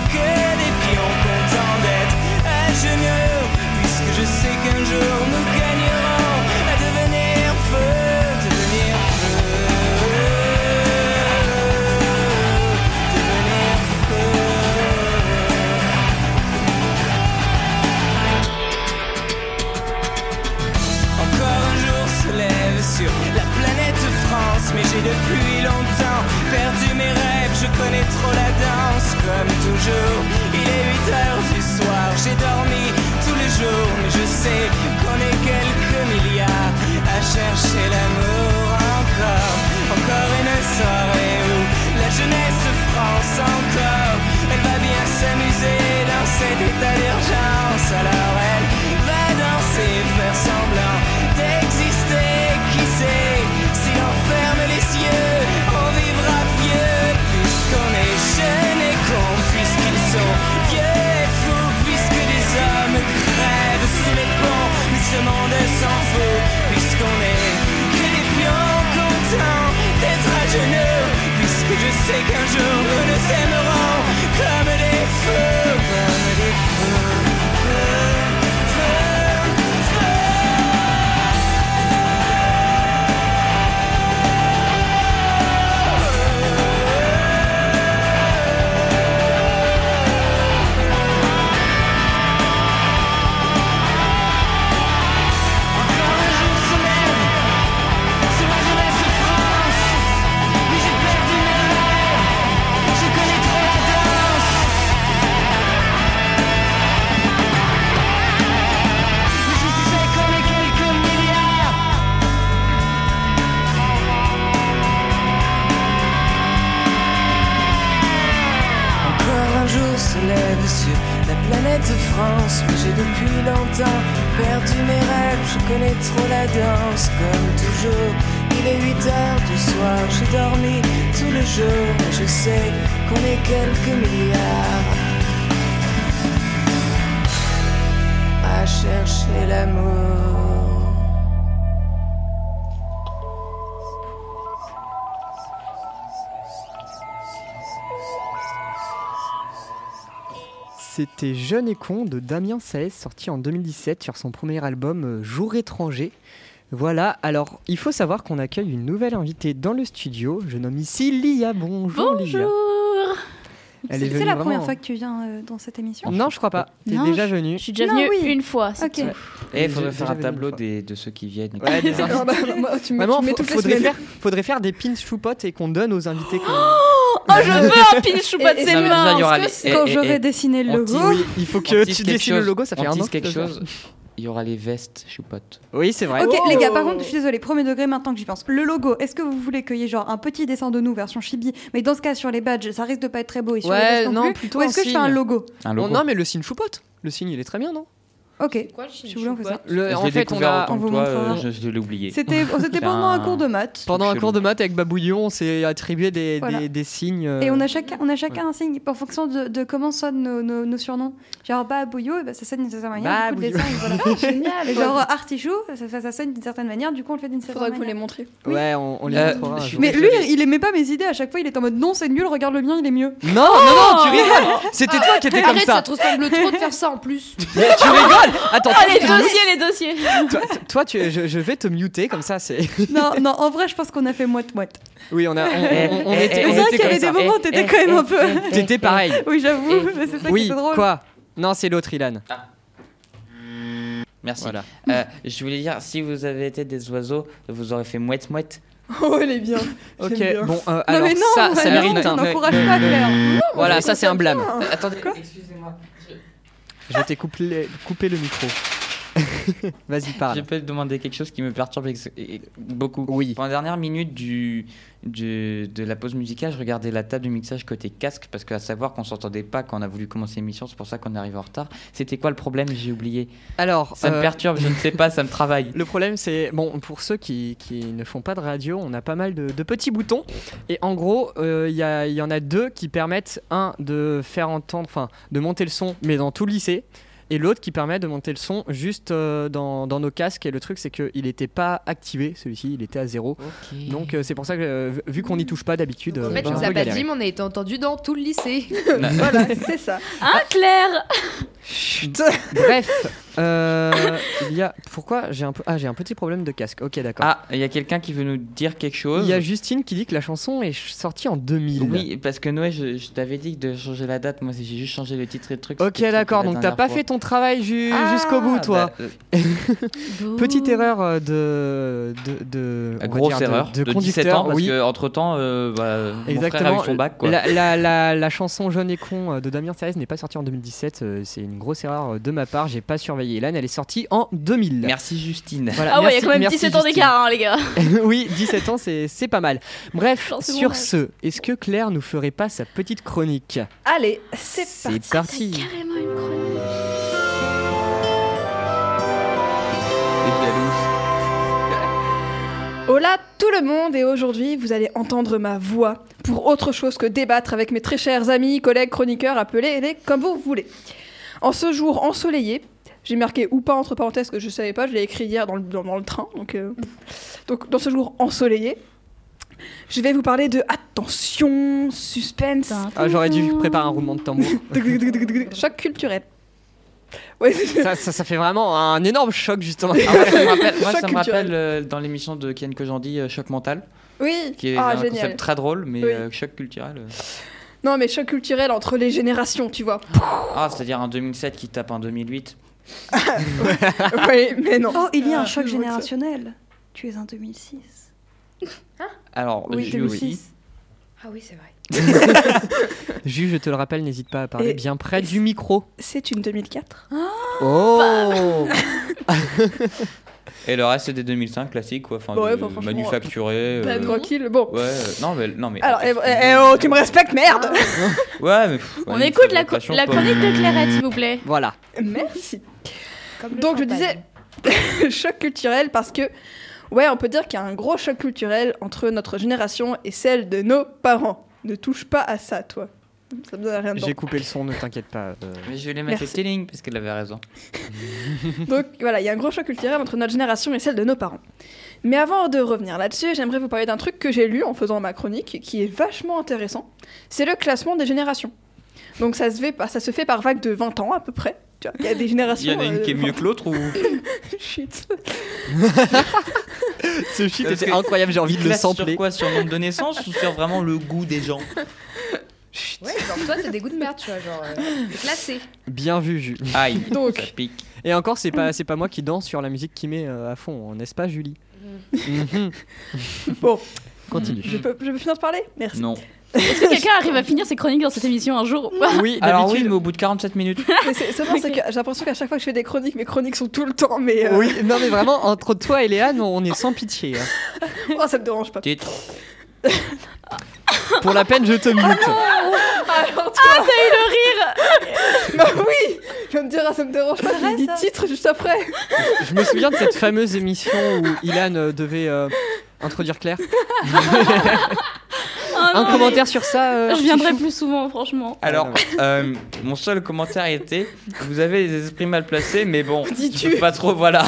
jour se lève sur la planète France. Mais j'ai depuis longtemps perdu mes rêves, je connais trop la danse comme toujours. Il est 8 heures du soir, j'ai dormi tout le jour, mais je sais qu'on est quelques milliards à chercher l'amour.
C'était Jeune et con de Damien Saez, sorti en 2017 sur son premier album euh, Jour étranger. Voilà, alors il faut savoir qu'on accueille une nouvelle invitée dans le studio. Je nomme ici Lia. Bonjour, Lia.
Bonjour
Elle est
C'est c'est
venue
la
vraiment-
première fois que tu viens euh, dans cette émission
Non, je crois pas. T'es
Non,
déjà venue.
Je suis déjà
Non,
venue
oui.
une fois. c'est
Ok.
tout.
Oh,
Et
J'ai-
il faudrait
j'ai
faire un
jamais vu
tableau
une fois.
des, de ceux qui viennent. etc.
Ouais, des invités.
Alors, bah, moi, tu me,
Vraiment,
tu me mets
faut-
toutes les
faudrait,
semaines.
faire, faudrait faire des pins choupottes et qu'on donne aux invités. qu'on-
Oh, je veux un pinch ou
Bah,
pas de
Et-
ses
Non, mais déjà, il y aura
mains parce que
les-
c'est-
Eh,
Quand
eh,
j'aurai
eh,
dessiné le
on
logo,
tease-
Oui, il faut
on
que
tease
tu
quelque
dessines le
chose.
logo, ça fait
On
un an.
tease
que
quelque
je le fais.
chose. Il y aura les vestes choupottes.
Oui, c'est vrai.
Ok,
Oh
les gars, par contre, je suis désolée, premier degré maintenant que j'y pense. Le logo, est-ce que vous voulez qu'il y ait genre un petit dessin de nous version chibi Mais dans ce cas, sur les badges, ça risque de pas être très beau et sur
Ouais,
les vestes non,
non,
plus.
plutôt
Ou est-ce
un
que je fais un
signe.
logo
Un
Oh,
logo.
non, mais le signe choupotte. Le signe, il est très bien, non
Ok.
Quoi, je
Si vous voulez, on fait ça.
Le-
Je
En
l'ai
fait, on
découvert
a.
autant que
on vous
toi,
montrera.
euh, je, je l'ai oublié.
C'était oh, c'était
C'est
pendant un
un-
cours de maths.
Pendant un
chelou.
cours de maths avec Babouillon, on s'est attribué des,
Voilà.
des, des signes. euh,
Et on a chacun, on a chacun un signe en fonction de, de comment sonnent nos, nos- nos surnoms. Genre Babouillot, eh ben, ça sonne d'une certaine manière. du coup,
Babouillot.
le dessin, voilà.
Génial.
Et genre euh, Artichou, ça, ça, ça sonne d'une certaine manière, du coup on le fait d'une certaine
Faudrait que vous les
manière.
montriez.
Ouais, on, on les
Euh,
montrera. un
je suis
jour.
Mais lui,
Désolé.
il aimait pas mes idées à chaque fois, il était en mode non, c'est nul, regarde le mien, il Oh est mieux.
Non, non, non, tu rigoles C'était toi qui étais comme
Arrête, ça
ça
te ressemble trop de faire ça en plus.
Mais Tu rigoles Attends,
Ah, les
toi, tu-
dossiers, les dossiers.
toi, toi, tu- je, je vais te muter comme ça, c'est...
non, non, en vrai, je pense qu'on a fait moite-moite.
Oui, on a... On,
Eh,
on- on
eh,
était,
eh,
on était
C'est vrai qu'il y
comme
avait des
ça.
moments où t'étais quand même un peu.
T'étais pareil.
Oui, j'avoue,
Eh,
mais c'est ça eh. qui
Oui,
était drôle.
quoi Non, c'est l'autre, Ilan.
Merci.
Voilà.
Euh, je voulais dire, si vous avez été des oiseaux, vous aurez fait mouette mouette.
Oh, elle est bien.
Ok,
J'aime bien.
bon, euh, alors
mais non,
ça, ça
mais non,
mérite
on
un... Euh,
n'encourage pas Claire.
Voilà, ça, c'est un blâme.
attendez, excusez-moi.
Je t'ai coupé, le- coupé le micro. Vas-y,
Je
parle.
peux te demander quelque chose qui me perturbe ex- et- beaucoup.
Oui.
Pendant la dernière minute du, du- de la pause musicale, je regardais la table de mixage côté casque parce qu'à savoir qu'on s'entendait pas quand on a voulu commencer l'émission, c'est pour ça qu'on est arrivé en retard. C'était quoi le problème J'ai oublié.
Alors...
Ça me
euh,
perturbe, je ne sais pas, ça me travaille.
Le problème, c'est bon pour ceux qui, qui ne font pas de radio, on a pas mal de, de petits boutons et en gros, euh, il y a- il y, en a deux qui permettent un de faire entendre, enfin, de monter le son, mais dans tout le lycée, et l'autre qui permet de monter le son juste euh, dans, dans nos casques. Et le truc, c'est qu'il n'était pas activé, celui-ci, il était à zéro. Donc euh, c'est pour ça que euh, vu qu'on n'y touche pas d'habitude, euh,
En fait,
bah,
tu
on
nous
peut
as pas
galérer.
dit, mais on a été entendus dans tout le lycée.
Voilà, c'est ça.
Hein, Claire
Bref, euh, il y a pourquoi j'ai un peu ah j'ai un petit problème de casque. Ok d'accord.
Ah, il y a quelqu'un qui veut nous dire quelque chose.
Il y a Justine qui dit que la chanson est ch- sortie en 2000.
Oui, parce que Noé, je, je t'avais dit de changer la date. Moi, j'ai juste changé le titre et le truc.
Ok,
c'était le truc de
d'accord,
la
donc t'as
dernière
pas
fois.
fait ton travail ju-
Ah,
jusqu'au bout, toi.
bah, euh,
Petite erreur euh, de. de, de on va
grosse
dire de-
erreur
de,
de, 17
conducteur,
ans parce
oui.
que entre temps mon frère a eu
Exactement.
son bac quoi.
La, la- la- la chanson Jeune et con euh, de Damien Thérèse n'est pas sortie en 2017. euh, C'est une grosse erreur euh, de ma part. J'ai pas surveillé. Hélène, elle est sortie en 2000.
Merci Justine.
Voilà,
Ah ouais, il y a
merci-
quand même
merci,
17 ans
Justine.
d'écart, hein, les gars.
oui, 17 ans, c'est c'est pas mal. Bref,
Genre, c'est mon
sur
âge.
ce, est-ce que Claire nous ferait pas sa petite chronique
Allez, c'est parti.
C'est parti.
Carrément une chronique.
Hola tout le monde et aujourd'hui vous allez entendre ma voix pour autre chose que débattre avec mes très chers amis, collègues, chroniqueurs, appelez les comme vous voulez. En ce jour ensoleillé, j'ai marqué ou pas entre parenthèses que je savais pas, je l'ai écrit hier dans le, dans- dans le train, donc, euh, donc dans ce jour ensoleillé, je vais vous parler de attention, suspense,
ah, J'aurais dû préparer un roulement de tambour.
choc culturel. Ouais, c'est-
ça, ça- ça fait vraiment un énorme choc, justement.
Ah ouais, ça me rappelle- moi, ça
Choc
me
culturel.
rappelle euh, dans l'émission de Ken Kojandi, euh, Choc Mental,
oui,
qui est
ah
un
génial.
concept très drôle, mais
Oui.
euh, choc culturel. euh.
Non mais choc culturel entre les générations, tu vois.
Ah, c'est-à-dire un 2007 qui tape un 2008.
oui, mais non.
Oh, il y a un
Ah,
choc
je vois que ça.
générationnel. Tu es un 2006.
Alors,
Oui,
je aussi.
2006.
Ah oui, c'est vrai.
Jules, je te le rappelle, n'hésite pas à parler
Et-
bien près du micro.
C'est une 2004.
Oh
Et le reste, c'est des 2005 classiques, quoi. Enfin,
Ouais,
de-
bah, franchement,
manufacturé.
Bah,
euh,
Tranquille, bon.
Ouais, euh, non, mais. Non, mais
Alors, eh, eh, eh, oh, tu me respectes, merde
Ouais, mais. pff,
On
ouais,
écoute
ça
la,
vaut pas
co-
cher,
la
quoi.
chronique de Clairette, s'il vous plaît.
Voilà.
Ah, Merci. Donc je disais choc culturel parce que ouais, on peut dire qu'il y a un gros choc culturel entre notre génération et celle de nos parents. Ne touche pas à ça, toi. Ça me donne rien de
J'ai coupé le son, ne t'inquiète pas. euh.
Mais je vais les mettre
Merci.
les stealing parce qu'elle avait raison.
Donc voilà, il y a un gros choc culturel entre notre génération et celle de nos parents. Mais avant de revenir là-dessus, j'aimerais vous parler d'un truc que j'ai lu en faisant ma chronique, qui est vachement intéressant. C'est le classement des générations. Donc ça se fait par, ça se fait par vague de 20 ans à peu près. Tu vois, il y a des
Il
générations.
y en a une
euh,
qui est mieux que l'autre ou.
Chut.
Ce shit
Parce
était
que-
Euh, incroyable, j'ai envie de le
Classe
sampler.
Sur quoi Sur le nombre de naissances ou sur vraiment le goût des gens
Ouais, genre toi, t'as des goûts de merde, tu vois, genre. euh, t'es classé.
Bien vu, Jules.
Aïe,
Donc.
ça pique.
Et encore, c'est pas, c'est pas moi qui danse sur la musique qui met euh, à fond, n'est-ce pas, Julie Mhm.
Bon.
Continue.
Je peux, je peux finir de parler Merci.
Non.
Est-ce que quelqu'un arrive à finir ses chroniques dans cette émission un jour ou pas
Oui,
Alors oui,
d'habitude-
mais au bout de 47 minutes.
Mais c'est- c'est marrant, c'est que j'ai l'impression qu'à chaque fois que je fais des chroniques, mes chroniques sont tout le temps, mais euh,
Oui, non mais vraiment, entre toi et Léane, on est sans pitié. hein.
oh, ça me dérange pas.
Titre.
Pour la peine, je te mute.
Alors, tu vois, bah oui Je viens de dire, ah, ça me dérange pas, j'ai dit titre juste après.
Je me souviens de cette fameuse émission où Ilan euh, devait euh, introduire Claire.
Ah non,
Un
mais
commentaire sur ça euh,
Je viendrai plus souvent, franchement.
Alors,
non.
euh, mon seul commentaire était vous avez des esprits mal placés, mais bon,
Dis-tu.
je peux pas trop, voilà.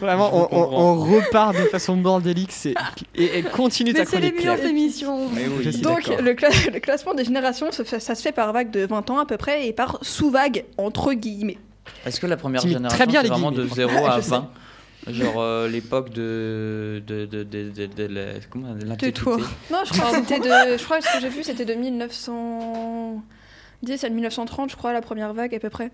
Vraiment,
Je vous
on, on-
comprends.
on repart de façon bordélique c'est- et, et continue ta
Mais c'est les
chronique, Claire.
meilleures émissions.
Mais oui.
Je suis
Donc,
d'accord.
le, cla- le classement des générations, se fait- ça, se fait par vague de 20 ans à peu près et par sous-vague, entre guillemets.
Est-ce que la première
Tu mets
génération,
très bien
c'est
les
vraiment de
guillemets.
0 à
Je sais.
20 Genre euh, l'époque de. de. de. de. de. de. la- comment, de l'intégrité.
toi.
Non, je crois que c'était de. Je crois que ce que j'ai vu, c'était de 1910 à 1930, je crois, la première vague à peu près.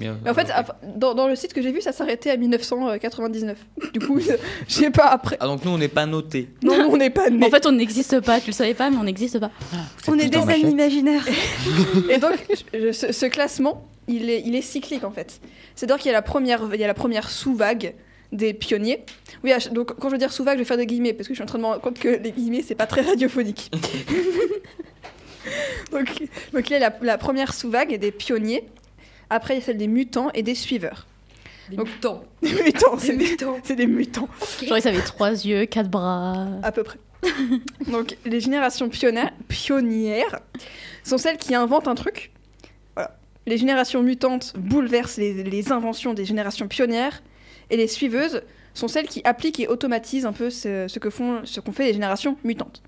Mais, euh,
Ah,
Mais en fait,
ok.
à- dans, dans le site que j'ai vu, ça s'arrêtait à 1999. Du coup, je sais pas après.
Ah, donc nous, on n'est pas notés.
Non, nous, on n'est pas nés.
En fait, on n'existe pas, tu le savais pas, mais on n'existe pas.
On est des
dans ma
amis imaginaires.
Et donc, je- ce, ce classement, il est, il est cyclique en fait. C'est-à-dire qu'il y a la première, il y a la première sous-vague des pionniers. Oui, à ch- donc quand je veux dire sous-vague, je vais faire des guillemets parce que je suis en train de me rendre compte que les guillemets, c'est pas très radiophonique. donc, donc il y a la, la première sous-vague des pionniers. Après, il y a celle des mutants et des suiveurs.
Des
Donc-
mutants.
Des mutants,
Des
c'est des,
mutants.
c'est des mutants.
Genre, ils avaient trois yeux, quatre bras.
à peu près. Donc les générations pionnières, pionnières sont celles qui inventent un truc. Voilà. Les générations mutantes bouleversent les, les inventions des générations pionnières et les suiveuses sont celles qui appliquent et automatisent un peu ce, ce que font, ce qu'ont fait les générations mutantes.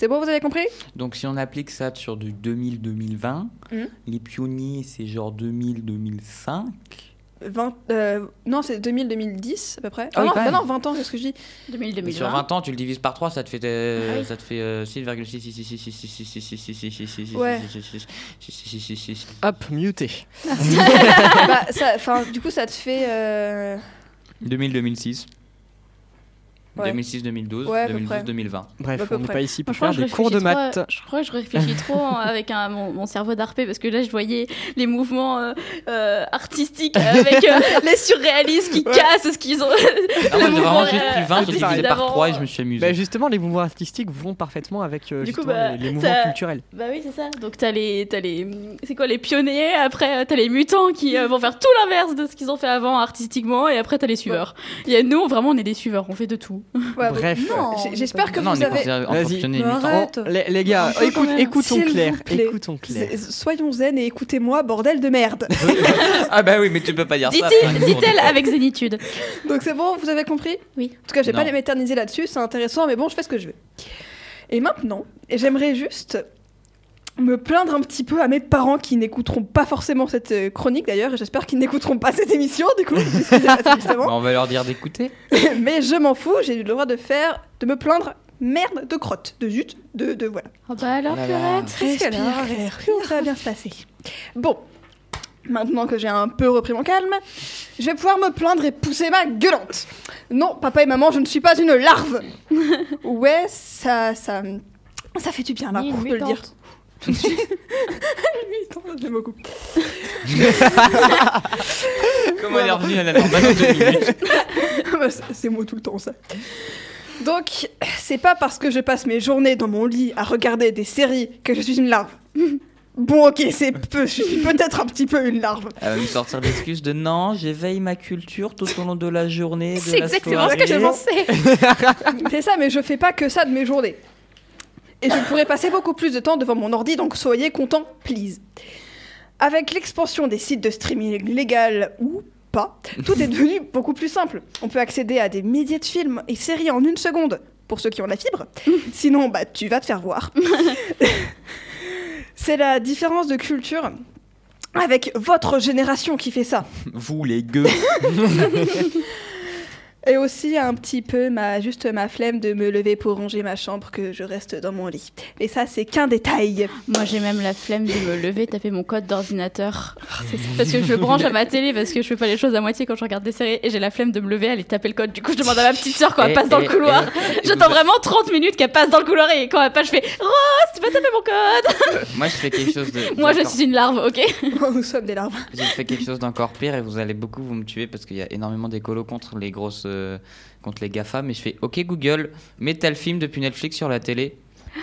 C'est bon, vous avez compris
Donc si on applique ça sur du 2000-2020,
Mhm.
les pionniers c'est genre 2000-2005.
20, euh, Non, c'est 2000-2010 à peu près.
Ah oui,
non,
quand
bah
même.
non, 20 ans, qu'est-ce que je dis
Et
2000-2020.
sur 20 ans, tu le divises par 3, ça te fait euh,
Ah oui.
ça te fait euh, 6,666666666666666.
Ouais.
Hop, muté.
Bah, ça- 'fin, Du coup, ça te fait... euh,
2000-2006.
Ouais.
2006-2012,
Ouais, à peu près.
2012-2020.
Bah, À
Bref,
peu
on n'est
près.
pas ici pour
Franchement,
faire
je
des cours de
réfléchis
maths.
trop à- je crois que je réfléchis trop hein, avec un- mon, mon cerveau d'arpé parce que là, je voyais les mouvements euh, euh, artistiques avec euh, les surréalistes qui cassent ce qu'ils ont.
Ah, moi, j'ai
mouvement,
vraiment juste pris
euh,
20, je l'ai divisé par
d'avant.
3 et je me suis amusé.
Bah, justement, les mouvements artistiques vont parfaitement avec euh,
Du coup,
justement,
bah,
les, les mouvements
t'as-
culturels.
Bah oui, c'est ça. Donc t'as les, t'as les, c'est quoi les pionniers Après euh, t'as les mutants qui euh, vont faire tout l'inverse de ce qu'ils ont fait avant artistiquement, et après t'as les suiveurs. Et nous, vraiment, on est des suiveurs, on fait de tout.
ouais,
Bref.
Non,
j- J'espère que
non, on
vous
est
avez...
considéré entre
Vas-y.
pionniers et
Bah,
mutants.
Arrête.
Oh, les, les gars,
Un peu quand
écoute,
même.
écoutons
S'il vous
Claire.
plaît.
Écoutons Claire.
Soyons zen et écoutez-moi, bordel de merde
Ah bah oui, mais tu peux pas dire ça. après un
Dit-il,
cours de-
dit-elle avec zénitude.
Donc c'est bon, vous avez compris
Oui.
En tout cas, je vais pas
Non.
les m'éterniser là-dessus, c'est intéressant, mais bon, je fais ce que je veux. Et maintenant, j'aimerais juste me plaindre un petit peu à mes parents qui n'écouteront pas forcément cette euh, chronique d'ailleurs, et j'espère qu'ils n'écouteront pas cette émission du coup, puisque j'ai pas fait juste
Bah,
avant.
on va leur dire d'écouter.
mais je m'en fous, j'ai eu le droit de faire, de me plaindre merde de crotte, de jute, de, de voilà.
Oh bah alors,
Oh là là.
Fleurette.
Respire, respire, ça va bien se passer. Bon, maintenant que j'ai un peu repris mon calme, je vais pouvoir me plaindre et pousser ma gueulante. Non, papa et maman, je ne suis pas une larve. ouais, ça, ça, ça fait du bien là,
Ni
pour
une
te le dire.
mutante.
Mutante, J'aime beaucoup.
Comment elle est revenue à la normale en deux minutes
bah, c'est- c'est moi tout le temps, ça. Donc, c'est pas parce que je passe mes journées dans mon lit à regarder des séries que je suis une larve. Bon, ok, c'est peu, je suis peut-être un petit peu une larve.
Elle va me sortir l'excuse de non, j'éveille ma culture tout au long de la journée. de
C'est
la
exactement ce que j'ai
soirée.
pensé.
C'est ça, mais je fais pas que ça de mes journées. Et je pourrais passer beaucoup plus de temps devant mon ordi, donc soyez contents, please. Avec l'expansion des sites de streaming légal ou pas, tout est devenu beaucoup plus simple. On peut accéder à des milliers de films et séries en une seconde, pour ceux qui ont la fibre. Sinon, bah, tu vas te faire voir. C'est la différence de culture avec votre génération qui fait ça.
Vous les gueux.
Et aussi un petit peu ma, juste ma flemme de me lever pour ranger ma chambre que je reste dans mon lit. Mais ça, c'est qu'un détail.
Moi, j'ai même la flemme de me lever, taper mon code d'ordinateur.
Ah,
C'est ça. Parce que je branche à ma télé, parce que je fais pas les choses à moitié quand je regarde des séries, et j'ai la flemme de me lever, aller taper le code. Du coup, je demande à ma petite sœur quand elle
Et-
passe dans
et-
le couloir.
et- et
J'attends
eh, vous-
vraiment 30 minutes qu'elle passe dans le couloir, et quand elle passe, je fais Rose, tu vas taper mon code
Moi, je fais quelque chose de.
Moi, je
d'accord.
suis une larve, ok
Oh, Nous sommes des larves.
J'ai fait quelque chose d'encore pire et vous allez beaucoup vous me tuer parce qu'il y a énormément d'écolos contre les grosses. euh, contre les GAFA. Mais je fais OK Google, mets tel film depuis Netflix sur la télé.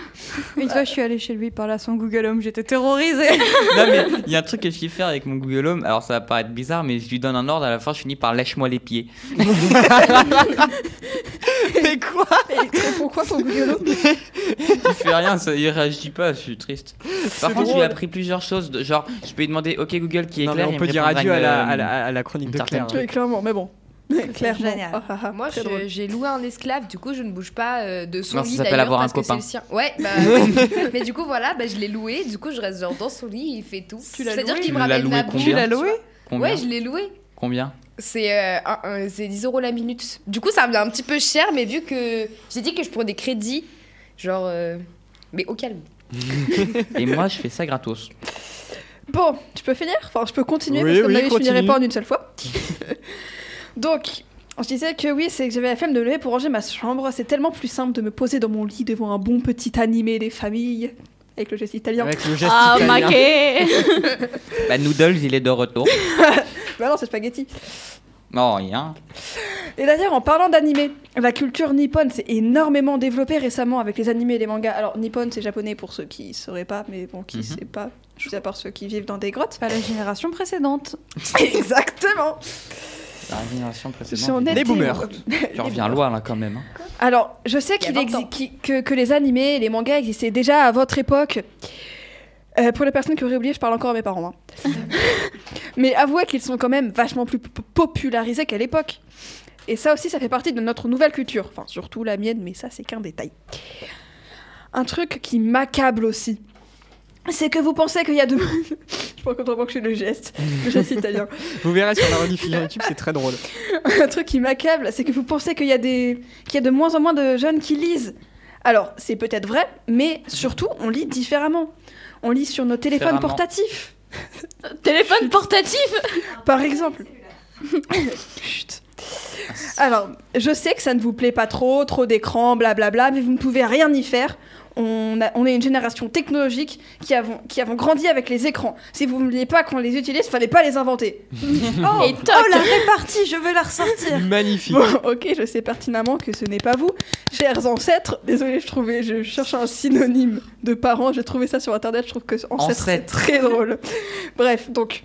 Une fois, je suis allée chez lui par là sans Google Home, j'étais terrorisée.
non, mais il y a un truc que je sais faire avec mon Google Home. Alors ça va paraître bizarre, mais je lui donne un ordre. À la fin, je finis par lèche-moi les pieds.
Mais quoi
Pourquoi ton Google Home
Il fait rien, ça, il réagit pas, je suis triste. Par contre,
drôle.
j'ai appris plusieurs choses. de- Genre, je peux lui demander OK Google qui est
Non, mais
clair.
on peut dire adieu à la,
euh,
à la- à la chronique
une
de
tartine.
Claire.
Oui, clairement, mais bon. Clairement.
Génial.
Ah, ah, ah,
Moi,
très
je-
drôle.
j'ai loué un esclave, du coup, je ne bouge pas euh, de son
Non, ça
lit
s'appelle
d'ailleurs
avoir un
parce que c'est
copain.
le sien. Ouais, bah, oui. mais du coup, voilà, bah, je l'ai loué. Du coup, je reste genre dans son lit, il fait tout.
Tu l'as
C'est-à-dire
loué
qu'il me
Tu l'as
ramène
loué
ma
combien
bouffe.
Tu l'as
tu vois.
euh, Combien
Ouais, je l'ai loué.
Combien
C'est euh, un- un- c'est 10 euros la minute. Du coup, ça me vient un petit peu cher, mais vu que j'ai dit que je prends des crédits, genre. euh, Mais au calme.
Et moi, je fais ça gratos.
Bon, tu peux finir Enfin, je peux continuer
Oui,
parce que
oui,
ma vie, je finirai
continue.
pas en une seule fois. Donc, je disais que oui, c'est que j'avais la flemme de me lever pour ranger ma chambre. C'est tellement plus simple de me poser dans mon lit devant un bon petit animé des familles. Avec le geste italien.
Avec le geste
Ah,
italien.
maqué
Bah, Noodles, il est de retour.
Bah non, c'est spaghetti.
Non, rien.
Et d'ailleurs, en parlant d'animé, la culture nippone s'est énormément développée récemment avec les animés et les mangas. Alors, nippon, c'est japonais pour ceux qui ne sauraient pas, mais bon, qui ne
Mhm.
sait pas, je vous à part ceux qui vivent dans des grottes.
Pas la génération précédente.
Exactement
La génération précédente.
J'en ai
Les
des-
boomers.
Tu reviens loin là quand même. hein.
Alors, je sais
Il y a
qu'il
20
exi-
ans.
qui- que, que les animés et les mangas existaient déjà à votre époque. Euh, pour les personnes qui auraient oublié, je parle encore à mes parents. hein. Mais avouez qu'ils sont quand même vachement plus p- popularisés qu'à l'époque. Et ça aussi, ça fait partie de notre nouvelle culture. Enfin, surtout la mienne, mais ça, c'est qu'un détail. Un truc qui m'accable aussi, c'est que vous pensez qu'il y a de... je pense qu'on entend que je fais le geste, le geste italien.
Vous verrez sur la rediffusion YouTube, c'est très drôle.
un truc qui m'accable, c'est que vous pensez qu'il y, a des... qu'il y a de moins en moins de jeunes qui lisent. Alors, c'est peut-être vrai, mais surtout, on lit différemment. On lit sur nos téléphones
Différemment.
portatifs,
Téléphone portatif
par exemple. Chut. Alors, je sais que ça ne vous plaît pas trop, trop d'écran, blablabla, mais vous ne pouvez rien y faire. On, a- on est une génération technologique qui avons, qui avons grandi avec les écrans. Si vous ne vouliez pas qu'on les utilise, fallait pas les inventer.
Oh,
Et toc
oh, la répartie, je veux la ressortir.
Magnifique.
Bon, ok, je sais pertinemment que ce n'est pas vous, chers ancêtres. Désolée, je trouvais, je cherche un synonyme de parents. J'ai trouvé ça sur internet. Je trouve que ancêtre, c'est
Ancêtre.
très drôle. Bref, donc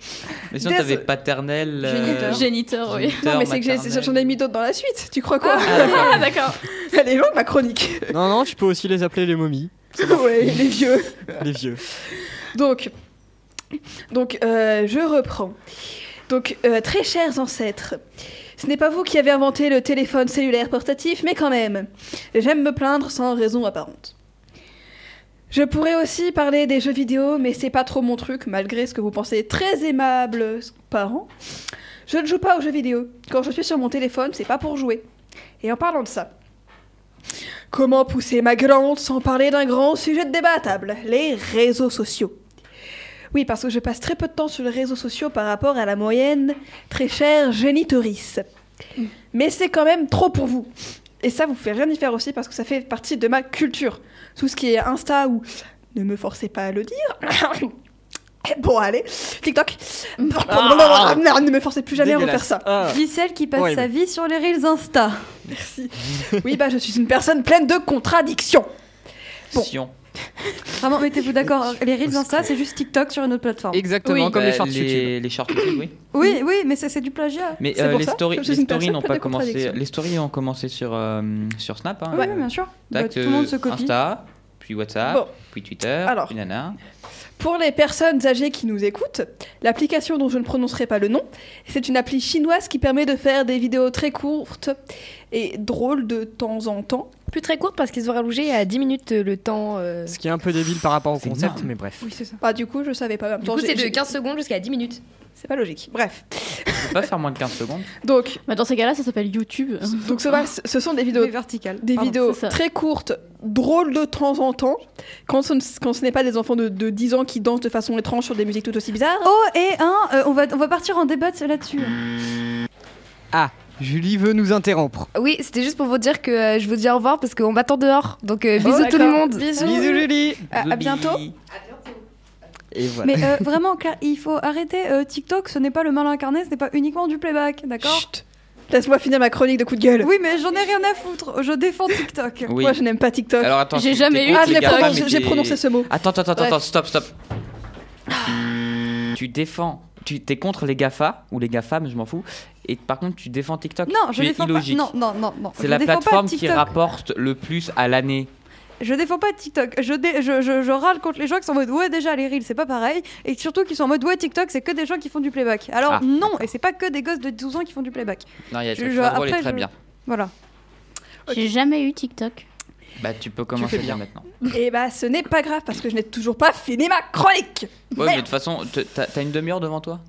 Mais sinon,
Des-
t'avais paternel.
Géniteur.
Géniteur, oui.
géniteur,
non, mais c'est que j'ai-
maternel.
j'en ai mis d'autres dans la suite. Tu crois quoi
Ah, d'accord.
Ah, d'accord.
Elle est longue ma chronique.
Non, non, je peux aussi les appeler les momies,
ouais, les vieux.
les vieux.
Donc, donc euh, je reprends. Donc, euh, très chers ancêtres, ce n'est pas vous qui avez inventé le téléphone cellulaire portatif, mais quand même, j'aime me plaindre sans raison apparente. Je pourrais aussi parler des jeux vidéo, mais c'est pas trop mon truc, malgré ce que vous pensez très aimables parents. Je ne joue pas aux jeux vidéo. Quand je suis sur mon téléphone, c'est pas pour jouer. Et en parlant de ça, comment pousser ma grande sans parler d'un grand sujet de débat à table Les réseaux sociaux. Oui, parce que je passe très peu de temps sur les réseaux sociaux par rapport à la moyenne très chère génitoris. Mais c'est quand même trop pour vous. Et ça, vous fait rien y faire aussi parce que ça fait partie de ma culture. Tout ce qui est Insta ou ne me forcez pas à le dire. Bon, allez, TikTok.
Ah.
Merde, ne me forcez plus jamais à refaire ça.
Ah.
Vis celle qui passe
Ouais,
sa vie sur les reels Insta.
Merci. Oui, bah, je suis une personne pleine de contradictions. Bon.
Sion.
Vraiment, mettez-vous d'accord. Les reels Insta, c'est juste TikTok sur une autre plateforme.
Exactement,
Oui.
comme les
Bah,
shorts YouTube.
les shorts YouTube, oui.
Oui, oui, mais c'est c'est du plagiat.
Mais
C'est
euh,
pour
les
ça
stories,
que je
les
suis une
stories
personne
n'ont
pleine
pas
de
commencé.
contradictions.
Les stories ont commencé sur euh, sur Snap. Hein,
Oui, oui, bien sûr.
Tac,
Bah, tout le
euh,
monde se copie.
Insta, puis WhatsApp,
Bon.
puis Twitter,
Alors.
puis Nana.
Pour les personnes âgées qui nous écoutent, l'application dont je ne prononcerai pas le nom, c'est une appli chinoise qui permet de faire des vidéos très courtes et drôles de temps en temps.
Plus très courte parce qu'ils ont rallongé à 10 minutes euh, le temps. euh.
Ce qui est un peu débile par rapport au
C'est
concept,
énorme.
mais bref.
Oui, c'est ça.
Bah, du coup, je savais pas. En même
Du
temps,
coup,
j'ai-
c'est de
j'ai-
15 secondes jusqu'à 10 minutes.
C'est pas logique. Bref.
Je peux pas faire moins de 15 secondes.
Donc,
Bah, dans ces cas-là, ça s'appelle YouTube.
donc ce, ce sont des vidéos
Mais vertical.
des
Pardon.
vidéos
c'est ça.
très courtes, drôles de temps en temps, quand ce, ne- quand ce n'est pas des enfants de, de 10 ans qui dansent de façon étrange sur des musiques tout aussi bizarres.
Oh, et un, euh, on, va, on va partir en débat de- là-dessus.
Ah, Julie veut nous interrompre.
Oui, c'était juste pour vous dire que euh, je vous dis au revoir parce qu'on m'attend dehors. Donc euh, bisous tout le monde.
Bisous.
Bisous Julie
À- à bientôt.
Et voilà.
Mais euh, vraiment, Claire, il faut arrêter euh, TikTok, ce n'est pas le mal incarné, ce n'est pas uniquement du playback, d'accord
Chut. Laisse-moi finir ma chronique de coup de gueule.
Oui, mais j'en ai rien à foutre, je défends TikTok.
Oui.
Moi, je n'aime pas TikTok.
Alors attends.
J'ai
tu-
jamais
t'es
eu
ah,
contre
je
les
l'ai
GAFAM,
prononcé-
mais
j'ai
t'es-
prononcé ce mot.
Attends, attends, attends,
Bref.
attends, stop, stop. tu défends. Tu t'es contre les GAFA ou les GAFAM, je m'en fous. Et par contre, tu défends TikTok.
Non, je
Tu es
défends pas.
illogique.
Non, non, non, non.
C'est
je
la
défends pas
plateforme qui
TikTok.
rapporte le plus à l'année.
Je défends pas TikTok. Je, dé- je, je, je râle contre les gens qui sont en mode ouais déjà les reels c'est pas pareil et surtout qui sont en mode ouais TikTok c'est que des gens qui font du playback. Alors
Ah.
non et c'est pas que des gosses de 12 ans qui font du playback.
Non, il y a des
Je-
trucs
je-
très drôles et
après,
très
je-
bien.
Voilà.
J'ai jamais eu TikTok.
Bah, tu peux commencer
fais
bien
bien.
maintenant.
Et bah, ce n'est pas grave parce que je n'ai toujours pas fini ma chronique.
Ouais, mais de toute façon, te- t'as t'as une demi-heure devant toi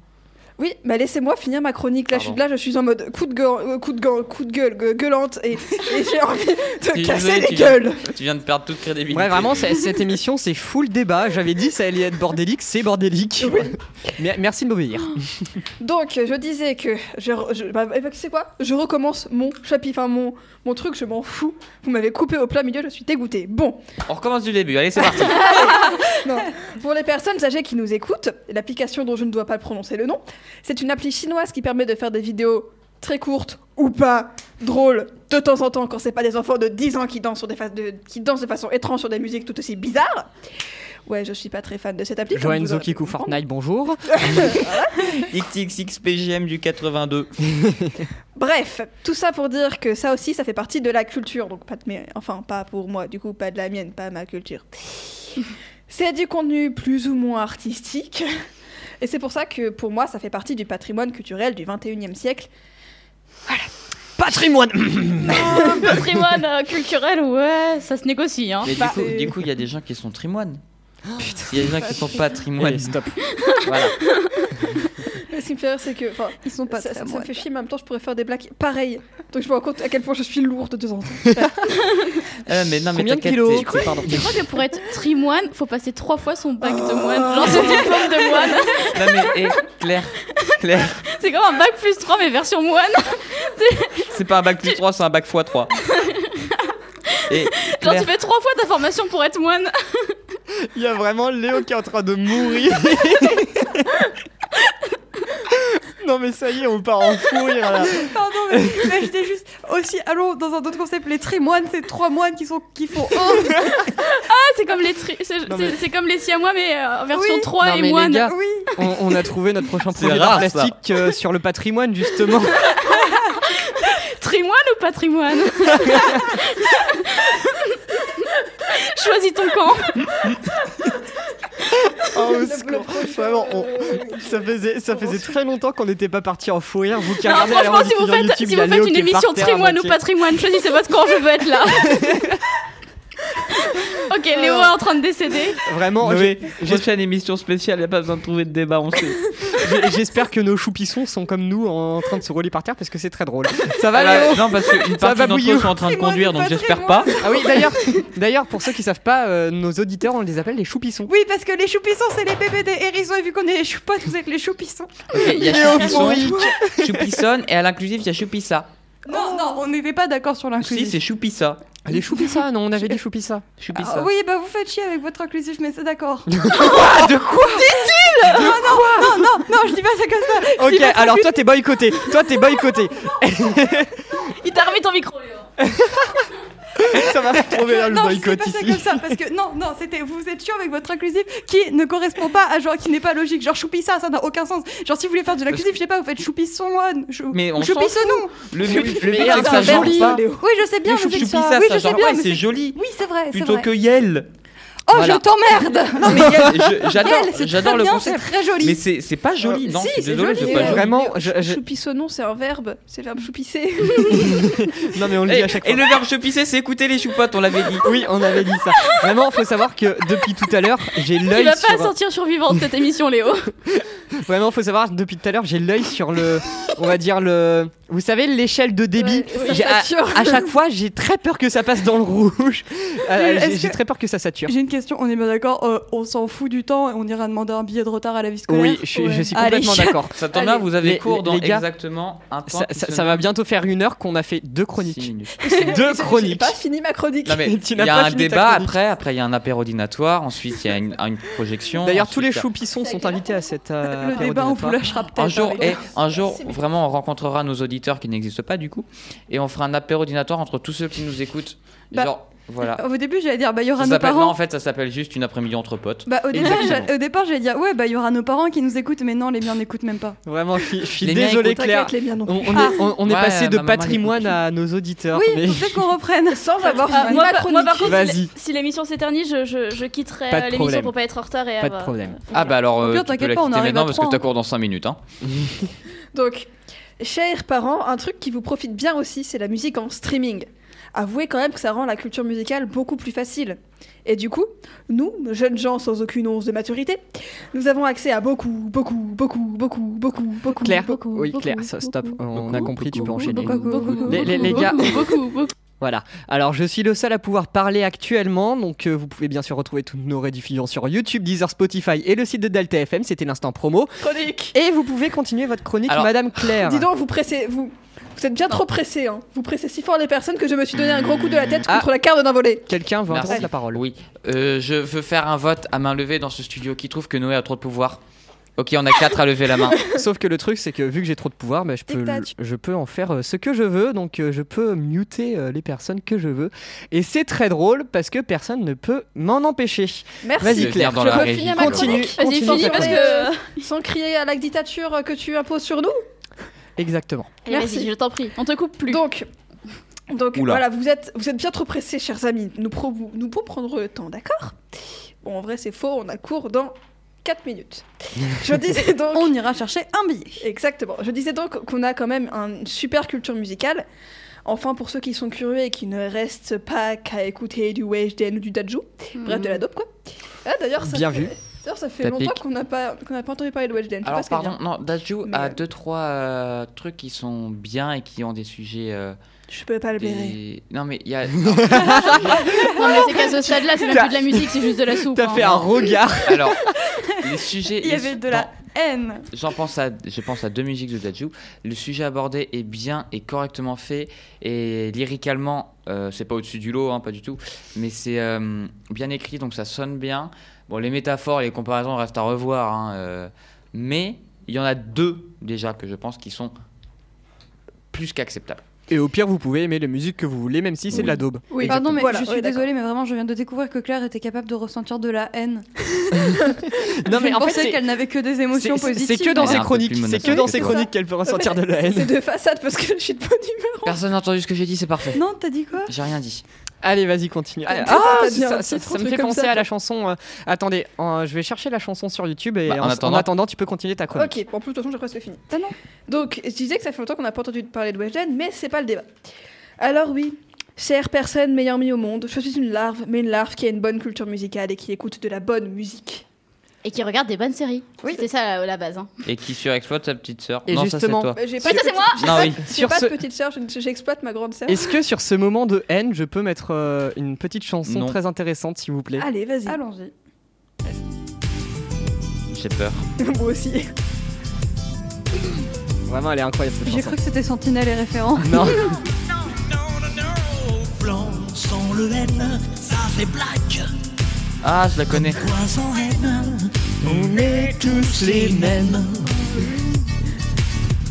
Oui, mais laissez-moi finir ma chronique. Là, je suis
Pardon.
là, je suis en mode coup de gueule, euh, coup de gueule, coup de gueule, gue- gueulante et, et j'ai envie de
Désolé,
casser
tu
les
viens-
gueules.
Tu viens de perdre toute crédibilité.
Ouais, vraiment, c'est- cette émission, c'est full débat. J'avais dit ça allait être bordélique, c'est bordélique. Mais- Merci de m'obéir.
Donc, je disais que je, re- je- bah, bah, tu sais quoi Je recommence mon chapitre, enfin mon mon truc. Je m'en fous. Vous m'avez coupé au plein milieu. Je suis dégoûtée. Bon,
On recommence du début, allez, c'est parti.
Non. Pour les personnes âgées qui nous écoutent, l'application dont je ne dois pas prononcer le nom, c'est une appli chinoise qui permet de faire des vidéos très courtes ou pas, drôles, de temps en temps quand c'est pas des enfants de 10 ans qui dansent, sur des fa- de, qui dansent de façon étrange sur des musiques tout aussi bizarres. Ouais, je suis pas très fan de cette appli. comme
Joanne
vous aurez pu
Zokiku
comprendre.
Fortnite, bonjour.
XXXPGM du 82.
Bref, tout ça pour dire que ça aussi, ça fait partie de la culture. Donc, pas de, mais, enfin, pas pour moi, du coup, pas de la mienne, pas ma culture. C'est du contenu plus ou moins artistique. Et c'est pour ça que pour moi, ça fait partie du patrimoine culturel du 21e siècle.
Patrimoine
Patrimoine euh, culturel, ouais, ça se négocie. Hein.
Mais du
Bah,
coup,
euh,
du coup, il y a des gens qui sont trimoines. Il y a des gens qui sont patrimoines.
Ouais, Oh, stop.
Voilà.
Ce qui me fait rire, c'est que. enfin,
Ils sont pas
ça,
très
ça me
moines.
fait chier, mais en même temps, je pourrais faire des blagues pareilles. Donc, je me rends compte à quel point je suis lourde de deux ans.
Euh, mais non, mais
Combien de
t'inquiète,
kilos
t'es- t'es- pardon.
Je crois que pour être trimoine, faut passer trois fois son bac de moine, genre son diplôme de moine.
Non, mais hé, Claire, Claire,
C'est comme un bac plus 3 mais version moine.
c'est pas un bac plus 3, c'est un bac x 3. Et
Genre
Claire,
tu fais trois fois ta formation pour être moine.
Il y a vraiment Léo qui est en train de mourir. non, mais ça y est, on part en fou rire là.
Pardon mais, mais j'étais juste aussi allons dans un autre concept les trimoines c'est trois moines qui sont qui font un.
Ah, c'est comme les tri- c'est
Non, mais-
c'est- c'est comme les siamois mais euh, en version
Oui.
3
Non, mais
et
les
moine.
gars,
Oui.
On, on a trouvé notre prochain
C'est
projet
rare, ça.
plastique euh, sur le patrimoine, justement.
Trimoine ou patrimoine Choisis ton camp.
Oh, au
Le-
secours.
le prochain,
Vraiment, on-
euh,
ça faisait, ça faisait très longtemps qu'on n'était pas parti en fou rire. Vous qui
Non,
regardez la
franchement, si vous
rediffusion
faites,
YouTube,
si
il y a
vous faites
Léo
une
qui est par
émission
terre à
trimoine ou
moitié.
patrimoine, choisissez votre camp, je veux être là. ok, Léo est en train de décéder.
euh, Vraiment,
Noé,
j'ai-
j'ai fait une émission spéciale, y a pas besoin de trouver de débat, on sait.
j'ai- j'espère que nos choupissons sont comme nous en train de se rouler par terre parce que c'est très drôle. Ça va,
Ah,
Léo
non, parce qu'une
Ça
partie
va
d'entre eux
bouillir.
sont en train de
Trimoine
conduire,
ou
donc j'espère pas.
patrimoine.
Ah oui, d'ailleurs, d'ailleurs, pour ceux qui savent pas, euh, nos auditeurs, on les appelle les choupissons.
Oui parce que les choupissons c'est les bébés des hérissons et vu qu'on est les choupottes vous êtes les choupissons.
Ok, Il y a
Léo
Choupisson, Choupisson, et à l'inclusive, il y a Choupissa.
Non, non, Oh, on n'était pas d'accord sur
Si,
l'inclusif.
c'est Choupissa.
Les choupissa, non, on avait dit choupissa.
Choupissa.
Ah oui, bah vous faites chier avec votre inclusif, mais c'est d'accord. Ah,
Ah, de quoi
non, non, non, non, non, je dis pas ça comme ça. Je dis
Ok,
pas ça
alors
comme-
toi t'es boycotté. Toi t'es boycotté.
Il t'a remis ton micro, Léo.
ça va retrouver là, le
non, je dis
boycott
pas ça
ici.
comme ça parce que non, non, c'était vous êtes chiant avec votre inclusif qui ne correspond pas à genre qui n'est pas logique. Genre choupissa, ça n'a aucun sens. Genre si vous voulez faire de l'inclusif, je sais pas, vous faites choupisson one, chou-
Mais on s'en
choupissonon.
Le mieux, le
Mais
meilleur, c'est que
attends,
ça genre
joli.
pas.
Oui, je sais bien,
Les
vous
choup-
êtes
Choupissa,
Oui, je
ça
sais
genre
bien,
pas, et
mais
c'est
c'est-
joli.
Oui, c'est vrai, c'est
Plutôt
vrai.
que Yel.
Oh,
Voilà.
je t'emmerde.
Non, mais Yel, je-
Elle,
j'adore,
c'est
j'adore
très
le
bien,
concept.
C'est très joli.
Mais c'est c'est pas joli, non,
si,
je suis
c'est
désolé,
joli,
c'est
euh,
pas joli.
Bah, Vraiment, je- je-
Choupisson, c'est un verbe. C'est le verbe choupisser.
non mais on le dit à chaque
Et
fois.
le verbe chopisser, c'est écouter les choupottes, on l'avait dit.
Oui, on avait dit ça. Vraiment, faut savoir que depuis tout à l'heure, j'ai
Tu
l'œil
vas pas
sur.
sortir survivante de cette émission, Léo.
Vraiment, faut savoir depuis tout à l'heure, j'ai l'œil sur le. On va dire le. Vous savez, l'échelle de débit.
ça
J'ai- à,
sature.
à chaque fois, j'ai très peur que ça passe dans le rouge. Euh,
Est-ce
j'ai- J'ai
que-
très peur que ça sature.
J'ai une question, on est bien d'accord, euh, on s'en fout du temps et on ira demander un billet de retard à la vie scolaire.
Oui, je, suis- je
Ouais.
suis
Allez.
complètement d'accord.
Ça tombe bien,
Allez.
vous avez
Les-
cours dans
les gars,
exactement un temps.
Ça,
qui
ça-
se
ça va
nomme
bientôt faire une heure qu'on a fait deux
six
chroniques.
minutes.
Deux
J'ai
chroniques.
pas fini ma chronique.
Non, mais
Tu
il
n'as
y a
pas
un
fini ta
débat
chronique.
après, après il y a un apéro dînatoire, ensuite il y a une, une projection.
D'ailleurs, tous les
ensuite,
choupissons sont invités à cette. euh,
Le
apéro
débat, on vous
dînatoire.
lâchera peut-être.
Un jour,
avec-
et un jour, vraiment, on rencontrera nos auditeurs qui n'existent pas du coup, et on fera un apéro dînatoire entre tous ceux qui nous écoutent. Et
Bah,
genre, voilà.
Au début, j'allais dire, bah, il y aura
Ça
nos
s'appelle- non,
parents.
en fait, ça s'appelle juste une après-midi entre potes.
Bah, au départ,
Exactement.
j'a- au départ, j'allais dire, ouais, bah, il y aura nos parents qui nous écoutent, mais non, les miens n'écoutent même pas.
Vraiment, je suis- je suis
Les miens
désolé,
écoutent.
Claire.
T'inquiète, les miens non.
On, on
Ah.
est, on- on est
Ouais,
passé de
ma maman
patrimoine
l'écoute.
à nos auditeurs.
Oui,
mais
faut peut-être qu'on reprenne.
Sans avoir
Ah,
fini
moi,
ma
par-
chronique.
moi, par contre,
Vas-y.
si- si l'émission s'éternise, je, je, je quitterai
Pas de
euh,
problème.
l'émission pour pas être en retard. Et
Pas de
avoir-
problème.
Ah bah alors,
pire,
euh, tu peux
t'inquiète
la
pas, on
quitter
arrive
maintenant
à
parce que
trois,
t'as
hein.
cours dans 5 minutes. Hein.
Donc, chers parents, un truc qui vous profite bien aussi, c'est la musique en streaming. Avouez quand même que ça rend la culture musicale beaucoup plus facile. Et du coup, nous, jeunes gens sans aucune once de maturité, nous avons accès à beaucoup, beaucoup, beaucoup, beaucoup, beaucoup, beaucoup.
Claire,
beaucoup,
oui,
beaucoup,
Claire, ça- stop,
beaucoup.
on a compris, tu peux enchaîner. Les- les-
Les,
les gars.
Beaucoup, beaucoup.
Voilà. Alors, je suis le seul à pouvoir parler actuellement. Donc, euh, vous pouvez bien sûr retrouver toutes nos rediffusions sur YouTube, Deezer, Spotify et le site de Delta FM. C'était l'instant promo.
Chronique
Et vous pouvez continuer votre chronique,
Alors-
Madame Claire.
Dis donc, vous pressez, vous, vous êtes bien trop pressé, hein. Vous pressez si fort les personnes que je me suis donné un gros coup de la tête
Ah.
contre la carte d'un volet.
Quelqu'un veut
Merci.
entendre la parole.
Oui, Euh, je veux faire un vote à main levée dans ce studio qui trouve que Noé a trop de pouvoir. Ok, on a 4 à lever la main.
Sauf que le truc, c'est que vu que j'ai trop de pouvoir, bah, je, peux,
Dictature.
je peux en faire euh, ce que je veux. Donc, euh, je peux muter euh, les personnes que je veux. Et c'est très drôle parce que personne ne peut m'en empêcher.
Merci.
Vas-y,
Je vais
Claire,
venir dans
je
la
peux
régie.
finir ma
Continue.
chronique
Vas-y,
continue
finis
ta
parce
chronique.
que.
Sans crier à la dictature que tu imposes sur nous.
Exactement.
Allez,
Merci.
Vas-y, je t'en prie. On te coupe plus.
Donc, donc
Oula.
voilà, vous êtes, vous êtes bien trop pressés, chers amis. Nous, pro- vous- nous pour prendre le temps, d'accord Bon, en vrai, c'est faux, on a cours dans 4 minutes. Je disais donc.
On ira chercher un billet.
Exactement. Je disais donc qu'on a quand même un- une super culture musicale. Enfin, pour ceux qui sont curieux et qui ne restent pas qu'à écouter du Weshden ou du Dajou, bref, de la dope, quoi. Ah, d'ailleurs, ça
Bien
fait,
vu.
d'ailleurs, ça fait
Ça
longtemps
pique.
qu'on n'a pas, qu'on n'a pas entendu parler de Weshden.
Alors, pardon,
bien.
non, Dajou
Mais,
a
euh,
2-3 trucs qui sont bien et qui ont des sujets. euh,
Je peux pas le blairer.
des- Non, mais il y a.
Non, mais c'est qu'à ce stade-là, c'est même plus de la musique, c'est juste de la soupe.
T'as
hein.
fait un regard.
Alors, les sujets.
Il y
les
avait
su-
de la
dans-
haine.
J'en pense à, je pense à deux musiques de Dajou. Le sujet abordé est bien et correctement fait et lyricalement, euh, c'est pas au-dessus du lot, hein, pas du tout, mais c'est euh, bien écrit donc ça sonne bien. Bon, les métaphores, les comparaisons restent à revoir, hein, euh, mais il y en a deux déjà que je pense qui sont plus qu'acceptables.
Et au pire, vous pouvez aimer la musique que vous voulez, même si c'est de la daube.
Oui,
Pardon, mais
Voilà,
je suis
ouais, d'accord.
désolée, mais vraiment, je viens de découvrir que Claire était capable de ressentir de la haine.
Non,
je
mais en fait,
pensais
c'est-
qu'elle n'avait que des émotions
c'est
positives.
c'est que dans
Elle est
ses
un peu
chroniques,
plus
c'est que
menaçante
dans
que
ses
ça.
chroniques qu'elle peut ressentir de la
C'est
haine.
de façade parce que je suis de bonne humeur.
Personne n'a entendu ce que j'ai dit, c'est parfait.
Non, t'as dit quoi
J'ai rien dit.
Allez, vas-y, continue. Ah,
t'as pas
ça,
dit un
ça-
titre,
ça- ça me
un truc
fait
comme
penser
ça,
à la chanson. euh, attendez, euh, je vais chercher la chanson sur YouTube et
Bah,
en,
en attendant-
en attendant, tu peux continuer ta chronique.
Ok, bon, plus de toute façon, je crois que c'est fini.
Ah non.
Donc, je disais que ça fait longtemps qu'on n'a pas entendu parler de Weshden, mais c'est pas le débat. Alors, oui, chère personne m'ayant mis au monde, je suis une larve, mais une larve qui a une bonne culture musicale et qui écoute de la bonne musique.
Et qui regarde des bonnes séries.
Oui.
C'était ça la, la base. hein.
Et qui surexploite sa petite sœur.
Et
non,
justement, euh,
ça c'est toi.
Bah, J'ai
Oui, ça, c'est moi.
J'ai
Ah. Non,
pas,
oui.
j'ai
Sur
pas
ce-
de petite sœur, je- j'exploite ma grande sœur.
Est-ce que sur ce moment de haine, je peux mettre euh, une petite chanson
Non.
très intéressante, s'il vous plaît
Allez, vas-y.
Allons-y.
J'ai peur.
Moi aussi.
Vraiment, elle est incroyable cette
J'ai
chanson.
cru que c'était Sentinelle et référent.
Non,
Blonde sans le haine, ça fait black.
Ah, je la connais.
Quoi sans haine, on est tous les mêmes.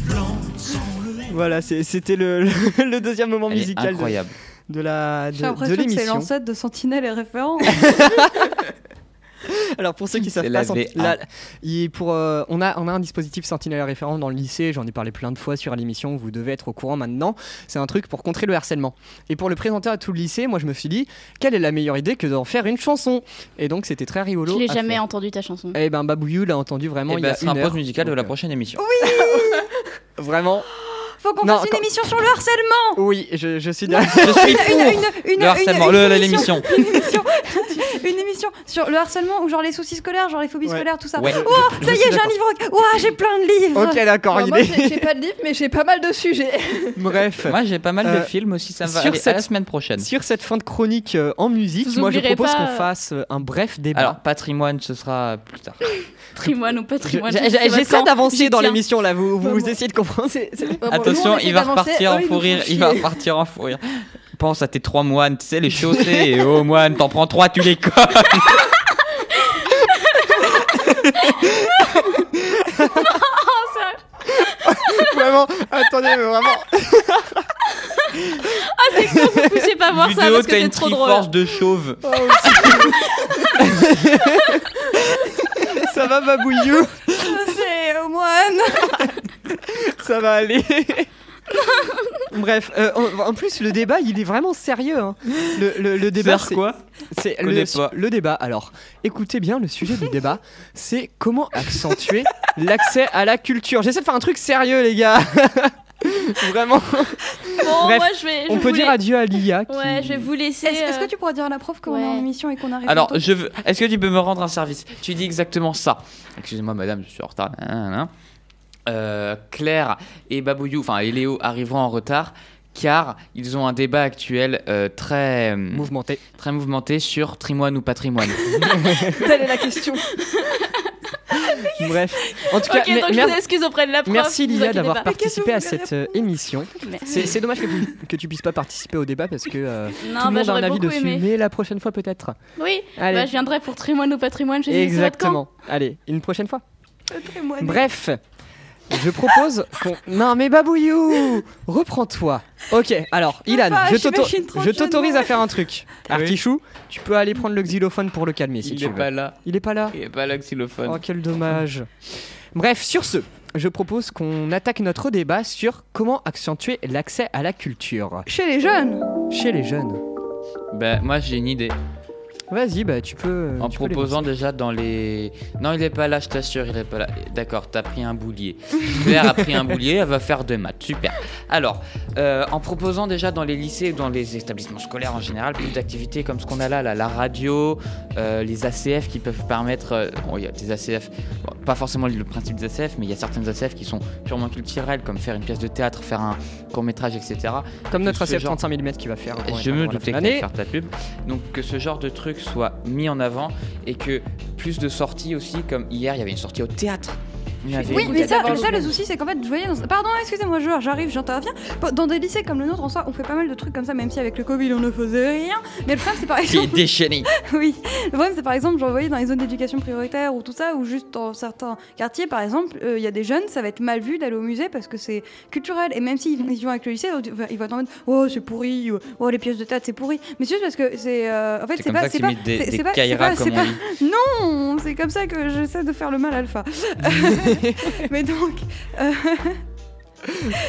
Blonde sans le haine.
voilà, c'est- c'était le, le- le deuxième moment
Elle est
musical de,
incroyable.
de la de,
J'ai
de
l'impression que c'est
l'émission.
l'ancêtre de Sentinelle et référent.
Alors pour ceux qui savent
C'est
pas,
la
Senti-
VA.
la- il- pour, euh, on, a, on a un dispositif sentinelle référent dans le lycée, j'en ai parlé plein de fois sur l'émission, vous devez être au courant maintenant, c'est un truc pour contrer le harcèlement. Et pour le présenter à tout le lycée, moi je me suis dit, quelle est la meilleure idée que d'en faire une chanson Et donc c'était très rigolo.
Je l'ai
à
jamais
faire.
entendu ta chanson.
Eh ben Babouillou l'a entendu vraiment
Et
il
bah,
y a Eh
c'est
une
un
heure.
poste musical de
Donc,
la
euh,
prochaine émission.
Vraiment,
Faut qu'on
Non,
fasse une
quand-
émission sur le harcèlement
oui, je, je suis
Je suis
une,
pour
une- une-
le harcèlement,
une-
le-
une
la-
émission-
l'émission.
Une émission, une émission sur le harcèlement ou genre les soucis scolaires, genre les phobies
Ouais.
scolaires, tout ça.
Ouais.
Ouah,
je
ça y
suis
est, j'ai un
d'accord.
livre. Ouah, j'ai plein de livres.
Ok d'accord,
Alors,
il
moi,
est...
j'ai j'ai pas de livre, mais j'ai pas mal de sujets.
Bref.
Moi, j'ai pas mal
Euh,
de films aussi, ça va
sur
aller à
cette-
la semaine prochaine.
Sur cette fin de chronique euh, en musique,
Vous
moi je
oublierez
propose
pas-
qu'on fasse euh, un bref débat.
Alors, patrimoine, ce sera plus tard.
Patrimoine ou
Je-
patrimoine.
j'ai-
je sais
j'ai-
pas Ah,
J'essaie
quand,
d'avancer
j'y
dans
tiens.
l'émission là, vous, vous,
Bah,
vous
moi-
essayez de comprendre.
Attention, il va repartir en fou
pourrir
rire. Il va repartir en fou rire. Pense à tes trois moines, tu sais, les chaussées. et oh, moine, t'en prends trois, tu les coques.
Vraiment, attendez, mais vraiment.
Vous poussez pas voir ça
Vidéo,
parce que
t'as
c'est
une
trop drôle.
triforce de chauve.
Oh,
Ça va, Babouillou
C'est euh, au moins.
Ça va aller. Bref, euh, en, en plus, le débat, il est vraiment sérieux. hein. Le, le- le débat,
Faire
c'est-
quoi
c'est le,
connais pas.
le débat. Alors, écoutez bien, le sujet du débat, c'est comment accentuer l'accès à la culture. J'essaie de faire un truc sérieux, les gars. vraiment.
Bon,
Bref,
moi je vais. je
On peut
vous
dire
la-
adieu à l'IA. qui-
Ouais, je vais vous laisser.
Est-ce est-ce
euh,
que tu pourras dire à la prof qu'on est en
ouais.
émission et qu'on arrive
Alors,
bientôt
je veux. Est-ce que tu peux me rendre un service Tu dis exactement ça. Excusez-moi, madame, je suis en retard. Nan, nan, nan. Euh, Claire et Babouillou, enfin, et Léo arriveront en retard car ils ont un débat actuel euh, très,
Mouvementé.
très mouvementé sur trimoine ou patrimoine.
Telle est la question.
Bref. En tout cas,
Ok,
mais-
donc je
merci-
vous excuse auprès de la prof.
Merci
vous
Lia
inquiétez
d'avoir
pas.
participé
Mais
à
qu'est-ce que vous
cette euh, émission.
Mais-
C'est c'est dommage que, vous- que tu puisses pas participer au débat parce que euh, tout
Non,
le
bah,
monde a
j'aurais
un avis
beaucoup
dessus.
aimé.
Mais la prochaine fois peut-être.
Oui,
Allez.
bah, je viendrai pour Trimoine ou patrimoine chez
Exactement. Allez, une prochaine fois.
Témoigne.
Bref, je propose qu'on. Non mais Babouillou, reprends-toi. Ok, alors
peux
Ilan,
pas,
je
je suis
t'auto-
machine Ah bah, trop
je t'autorise
jeune,
à faire un truc.
Ah
Artichou, tu peux aller prendre le xylophone pour le calmer si tu veux.
là.
Il est pas là.
Il est pas là, le xylophone.
Oh, quel dommage. Bref, sur ce, je propose qu'on attaque notre débat sur comment accentuer l'accès à la culture
Chez les jeunes.
chez les jeunes.
Bah, moi, j'ai une idée.
Vas-y, bah tu peux.
En
tu peux les
proposant déjà dans les. Non, il est pas là, je t'assure, il est pas là. D'accord, t'as pris un boulier. Claire a pris un boulier, elle va faire deux maths. Super. Alors, euh, en proposant déjà dans les lycées et dans les établissements scolaires en général, plus d'activités comme ce qu'on a là, là, la radio, euh, les ACF qui peuvent permettre. euh, bon, il y a des ACF, bon, pas forcément le principe des ACF, mais il y a certaines ACF qui sont purement culturelles, comme faire une pièce de théâtre, faire un court-métrage, etc.
lancer. Comme notre
ce
ACF
genre.
35 mm qui va faire. un grand
Je me
événement à la fin de
doutais que t'allais
l'année.
faire ta pub. Donc que ce genre de truc soit mis en avant et que plus de sorties aussi, comme hier, il y avait une sortie au théâtre. Il y avait-
Oui, mais ça,
d'avoir
mais ça,
le-
le souci, c'est qu'en fait, je voyais. dans- Pardon, excusez-moi, je- j'arrive, j'interviens. Dans des lycées comme le nôtre, en soi, on fait pas mal de trucs comme ça, même si avec le Covid, on ne faisait rien. Mais le problème, c'est par
C'est
exemple.
déchaîné.
Oui, le problème c'est par exemple, j'en voyais dans les zones d'éducation prioritaire ou tout ça, ou juste dans certains quartiers par exemple, euh, il y a des jeunes, ça va être mal vu d'aller au musée parce que c'est culturel. Et même s'ils vont- ils vont avec le lycée, ils vont être en mode Oh, c'est pourri, ou, oh, les pièces de théâtre, c'est pourri. Mais c'est juste parce que c'est. euh, en fait,
C'est
c'est
comme
pas.
ça que
C'est
c'est
pas.
mis des,
c'est-
des
c'est pas- c'est
Kaira
pas-
comme
c'est
on
pas-
dit.
Non, c'est comme ça que j'essaie de faire le mal alpha. Mais donc,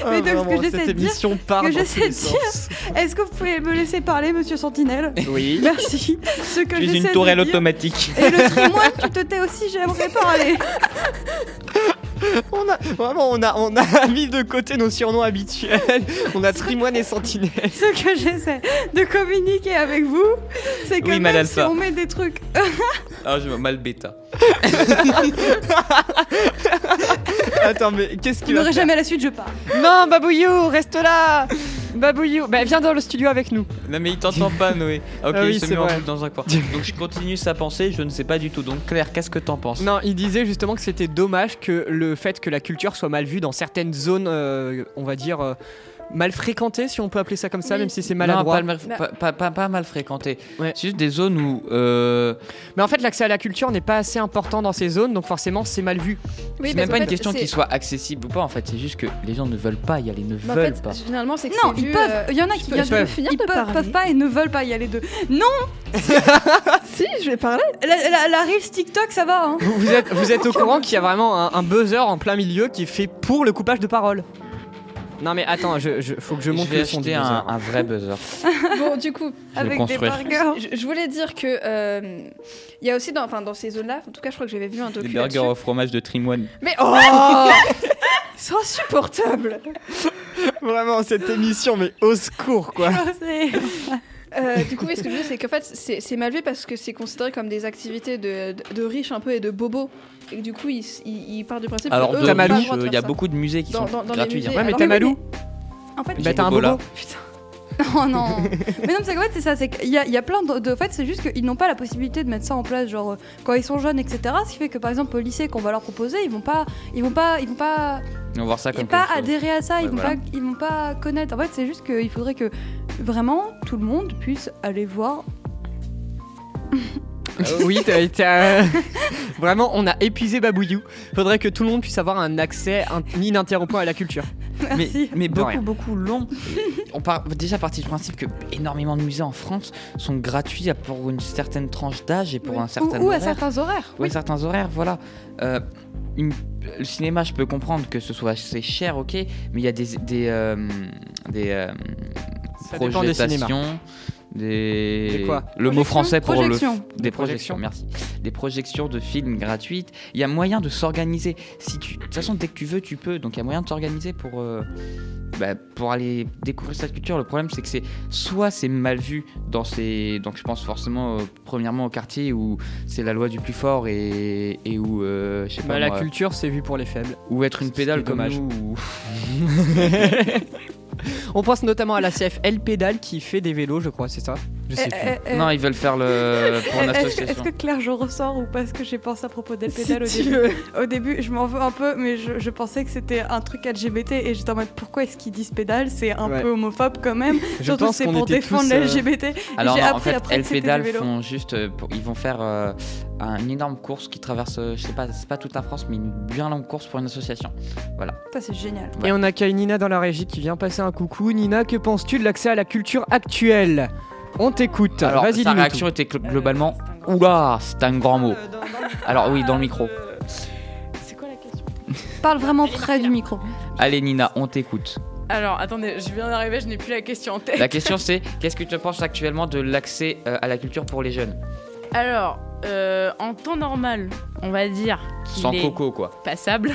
Ah,
Mais donc, ce que
vraiment,
j'essaie de
cette
dire-
émission part.
que
dans
j'essaie
tous
de
les sens.
est-ce que vous pouvez me laisser parler, monsieur Sentinelle
Oui.
Merci. Ce que
Tu es
j'essaie
une
de
tourelle
dire.
automatique.
Et le trimoine, tu te tais aussi, j'aimerais parler.
On a vraiment on a on a mis de côté nos surnoms habituels. On a Trimoine et Sentinelle.
Ce que j'essaie de communiquer avec vous, c'est que
Oui,
même
Madame
si
Sarr.
on met des trucs,
Ah, je me mal bêta.
Attends mais qu'est-ce
vous
qu'il va
n'aurez
faire
jamais la suite, je pars.
Non Babouillou, reste là. Babouillou, bah, viens dans le studio avec nous.
Non mais il t'entend pas Noé. Ah, Ok,
Ah oui,
il se
c'est
met en
vrai.
boucle dans un coin. Donc je continue sa pensée, je ne sais pas du tout. Donc Claire, qu'est-ce que t'en penses
Non, il disait justement que c'était dommage que le fait que la culture soit mal vue dans certaines zones, euh, on va dire, euh, mal fréquentées, si on peut appeler ça comme ça,
Oui.
même si c'est
Non,
maladroit.
pas, le mal-
Bah-
pas, pas- pas- pas mal fréquenté.
Ouais.
C'est juste des zones où... euh,
Mais en fait, l'accès à la culture n'est pas assez important dans ces zones, donc forcément, c'est mal vu.
Oui,
c'est
parce
même
qu'en
pas une
fait,
question
c'est-
qui soit accessible ou pas en fait, c'est juste que les gens ne veulent pas y aller, ne
Mais en
veulent
fait,
pas.
Généralement, c'est que
Non,
c'est
ils
vu,
peuvent.
euh,
Il y en a
je
qui
peux-
viennent
je
de
peux
finir
finir
ils
de
peuvent,
parler.
peuvent pas et ne veulent pas y aller deux. Non,
si, je vais parler.
la, la, la Reels TikTok, ça va. Hein.
Vous, vous êtes, vous êtes au courant qu'il y a vraiment un, un buzzer en plein milieu qui est fait pour le coupage de parole. Non mais attends, je, je- faut que je
Je,
monte
vais
le son du
acheter un,
buzzer.
un vrai buzzer.
Bon, du coup,
Je vais le
Avec des
construire.
burgers.
je, je voulais dire que euh, il y a aussi dans, enfin, dans ces zones-là. En tout cas, je crois que j'avais vu un
Les
docu
burgers
là-dessus.
au fromage de Trimoine.
Mais oh, c'est insupportable.
Vraiment cette émission, mais au secours quoi.
C'est-
Euh, du coup, oui, ce que je veux dire, c'est qu'en fait, c'est c'est mal vu parce que c'est considéré comme des activités de, de, de riches un peu et de bobos. Et que du coup, ils il, partent du principe.
Alors
que eux,
de
ils ont pas le
Tamalou,
riche,
droit de
euh, il y
faire
a
ça.
beaucoup de musées qui
Dans-
sont
dans- dans les
gratuits. hein.
musées.
Ouais mais
Alors,
t'as
oui,
Malou,
En fait,
bah t'as un
Bobo, là.
bobo.
Non, Oh, non. mais non, mais c'est que, ouais, c'est ça. C'est qu'il y a, il y a plein de. de en fait, c'est juste qu'ils n'ont pas la possibilité de mettre ça en place, genre euh, quand ils sont jeunes, etc. Ce qui fait que, par exemple, au lycée, qu'on va leur proposer, ils vont pas, ils vont pas, ils vont pas,
On va voir ça
ils vont
comme
pas
quelque chose.
adhérer à ça. ils
Ouais,
vont
voilà.
pas, ils vont pas connaître. En fait, c'est juste qu'il faudrait que vraiment tout le monde puisse aller voir.
Euh, oui, t'as, t'as- vraiment on a épuisé Babouillou. Faudrait que tout le monde puisse avoir un accès un- ininterrompu à la culture.
mais,
Merci.
mais
De
beaucoup,
rien.
beaucoup long. On part déjà parti du principe que énormément de musées en France sont gratuits à- pour une certaine tranche d'âge et pour un
Ou,
certain
ou à
horaire.
certains horaires.
Ou à certains horaires, voilà. Euh, une- le cinéma, je peux comprendre que ce soit assez cher, ok, mais il y a des, des, euh, des euh,
Ça dépend des cinémas.
projectations, des...
Des quoi
Le
Projections
mot français pour
Projections.
le... f- Des projections, merci. Des projections de films gratuites. Il y a moyen de s'organiser. Si tu... De toute façon, dès que tu veux, tu peux. Donc il y a moyen de s'organiser pour... euh, bah, pour aller découvrir cette culture, le problème c'est que c'est soit c'est mal vu dans ces. Donc je pense forcément euh, premièrement au quartier où c'est la loi du plus fort et, et où euh, je sais pas
Bah, la
moi,
culture c'est vu pour les faibles.
ou être une
Ce qui est
pédale comme
dommage.
nous. ou-
On pense notamment à la CFL Pédale qui fait des vélos, je crois, c'est ça Je sais
Eh,
plus.
eh, eh,
Non, ils veulent faire le pour une
Est-ce que, est-ce
association.
que Claire, je ressors ou pas Est-ce que j'ai pensé à propos d'El
Si
Pédale
tu
au début Au début, je m'en veux un peu, mais je, je pensais que c'était un truc LGBT et j'étais en mode pourquoi est-ce qu'ils disent pédale C'est un
Ouais.
peu homophobe quand même.
Je
Surtout
pense
c'est
qu'on
pour
était
défendre
tous,
la
euh,
LGBT. Et
Alors
j'ai
non, en
appris
fait,
après que
L
c'était
pédale
du vélo.
font juste, euh, pour- ils vont faire euh, un- une énorme course qui traverse, euh, je sais pas, c'est pas toute la France, mais une bien longue course pour une association.
Ça c'est génial.
Et on accueille Nina dans la régie qui vient passer un coucou. Nina, que penses-tu de l'accès à la culture actuelle On t'écoute.
Alors
Bah, Vas-y,
sa
dis-nous
réaction était glo- globalement, oula, c'est un grand mot. Alors oui, dans le micro.
Euh, C'est quoi la question
Parle vraiment près du micro.
Allez Nina, on t'écoute.
Alors, attendez, je viens d'arriver, je n'ai plus la question en tête.
La question c'est, qu'est-ce que tu penses actuellement de l'accès euh, à la culture pour les jeunes
Alors, euh, en temps normal, on va dire qu'il
Sans
est
coco quoi.
passable.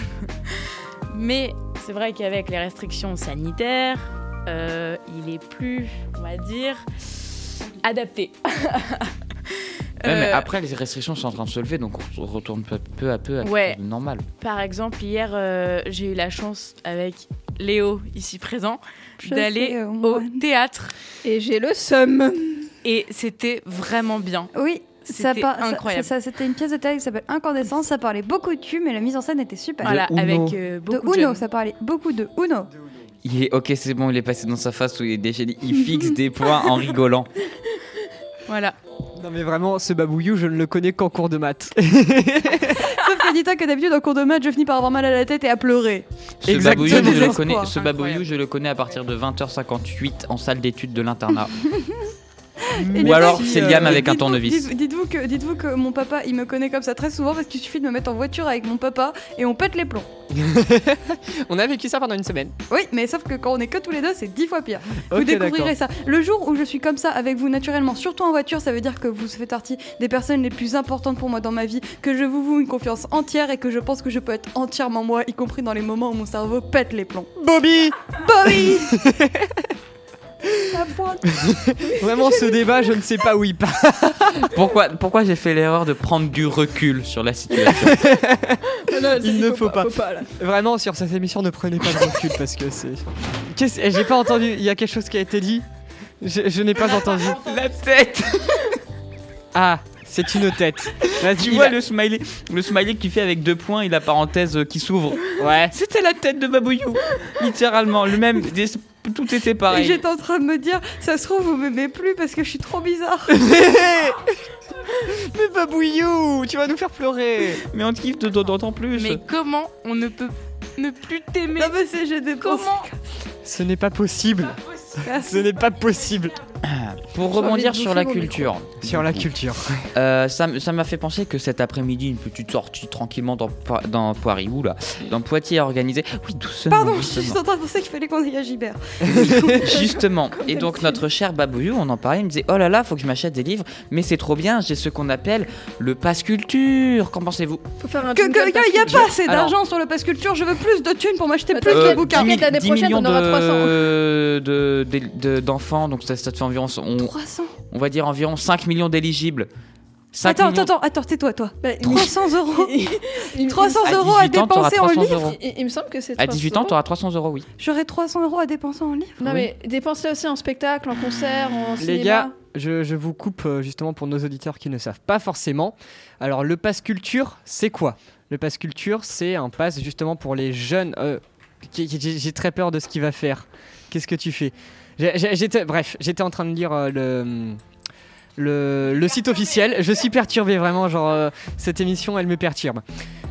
Mais c'est vrai qu'avec les restrictions sanitaires, euh, il est plus, on va dire, adapté.
Ouais, mais
Euh,
après les restrictions sont en train de se lever, donc on re- retourne peu- peu à peu à quelque
Ouais.
chose de normal.
Par exemple, hier, euh, j'ai eu la chance avec Léo, ici présent,
Je sais,
d'aller
euh,
au
ouais.
théâtre.
Et j'ai le seum.
Et c'était vraiment bien.
Oui. Ça,
C'était
par- ça-
incroyable.
ça- ça- c'était une pièce de théâtre qui s'appelle Incandescence. Ça parlait beaucoup de cul, mais la mise en scène était super.
Voilà,
Uno.
avec euh, beaucoup
de
de,
Uno,
jeunes.
ça parlait beaucoup de Uno.
Il est ok, c'est bon, il est passé dans sa face où il est déchaîné. Il fixe des points en rigolant.
Voilà.
tout. Non, mais vraiment, ce babouillou, je ne le connais qu'en cours de maths.
Sauf que dis-toi que d'habitude, au cours de maths, je finis par avoir mal à la tête et à pleurer.
Ce
Exactement.
babouillou, je le
Désespoir.
connais. Ce
Incroyable.
babouillou, je le connais à partir de 20h58 en salle d'études de l'internat.
Et
Ou
le
alors
fait-
c'est Liam
euh,
avec un
dites-vous-
tournevis.
dites- Dites-vous que, dites-vous que mon papa, il me connaît comme ça très souvent parce qu'il suffit de me mettre en voiture avec mon papa et on pète les plombs.
on a vécu ça pendant une semaine.
Oui, mais sauf que quand on est que tous les deux, c'est dix fois pire. Vous
Ok,
découvrirez ça. Le jour où je suis comme ça avec vous naturellement, surtout en voiture, ça veut dire que vous faites partie des personnes les plus importantes pour moi dans ma vie, que je vous voue une confiance entière et que je pense que je peux être entièrement moi, y compris dans les moments où mon cerveau pète les plombs.
d'accord. Bobby
Bowie La pointe.
Vraiment, ce débat, je ne sais pas où il part.
Pourquoi, pourquoi j'ai fait l'erreur de prendre du recul sur la situation
Non, non,
Il
c'est-
ne faut pas.
Faut pas là.
Vraiment, sur cette émission, ne prenez pas de recul parce que c'est. Qu'est-ce- eh, J'ai pas entendu. Il y a quelque chose qui a été dit. Je, je n'ai pas entendu.
La tête
Ah, c'est une tête. Vas-y,
Tu
il
vois
a-
le smiley, le smiley qui fait avec deux points et la parenthèse euh, qui s'ouvre.
Ouais.
C'était la tête de Babouillou, littéralement, le même, des- tout était
Et
pareil.
j'étais en train de me dire, ça se trouve, vous m'aimez plus parce que je suis trop bizarre.
Mais Babouillou, tu vas nous faire pleurer.
Mais on te kiffe de temps en plus.
Mais comment on ne peut ne plus t'aimer
non, mais c'est, j'ai des
Comment
Ce n'est pas possible. Ce n'est pas possible.
Pour
J'ai envie
rebondir
de
sur
bouffer
la
mon
culture,
Sur la culture.
euh, ça m- ça m'a fait penser que cet après-midi, une petite sortie tranquillement dans, Po- dans Poirier, ou là, dans Poitiers organisée. Oui, doucement.
Pardon, je
doucement.
suis en train de penser qu'il fallait qu'on aille à Gibert.
Justement. Et donc notre cher Babouillou, on en parlait, il me disait, oh là là, faut que je m'achète des livres, mais c'est trop bien, j'ai ce qu'on appelle le pass culture. Qu'en pensez-vous
Faut faire un
Que,
jingle
que, y a, y a
parce que-
pas assez
Alors-
d'argent sur le pass culture, je veux plus de thunes pour m'acheter plus
Euh,
de bouquins.
10 000 l'année prochaine,
millions
on aura 300.
de- de- de- de- d'enfants, donc ça, ça te fait environ, on,
300
on va dire environ 5 millions d'éligibles. 5
Attends,
millions-
attends, attends, attends, tais-toi, toi.
Bah, il-
300 euros
il-
300
À
euros à
18 ans, t'auras
dépenser en
300
livres
euros.
il- il me semble que c'est
À 18 ans, tu auras 300 euros, oui.
J'aurais 300 euros à dépenser en livres
Non mais dépenser aussi en spectacle, en concert, en cinéma.
Les gars, je, je vous coupe euh, justement pour nos auditeurs qui ne savent pas forcément. Alors, le pass culture, c'est quoi Le pass culture, c'est un pass justement pour les jeunes. euh, qui- qui- J'ai j'ai très peur de ce qu'il va faire. Qu'est-ce que tu fais J'ai- j'ai- j'étais- Bref, j'étais en train de lire euh, le. Le, le site officiel, je suis perturbé vraiment, genre euh, cette émission elle me perturbe.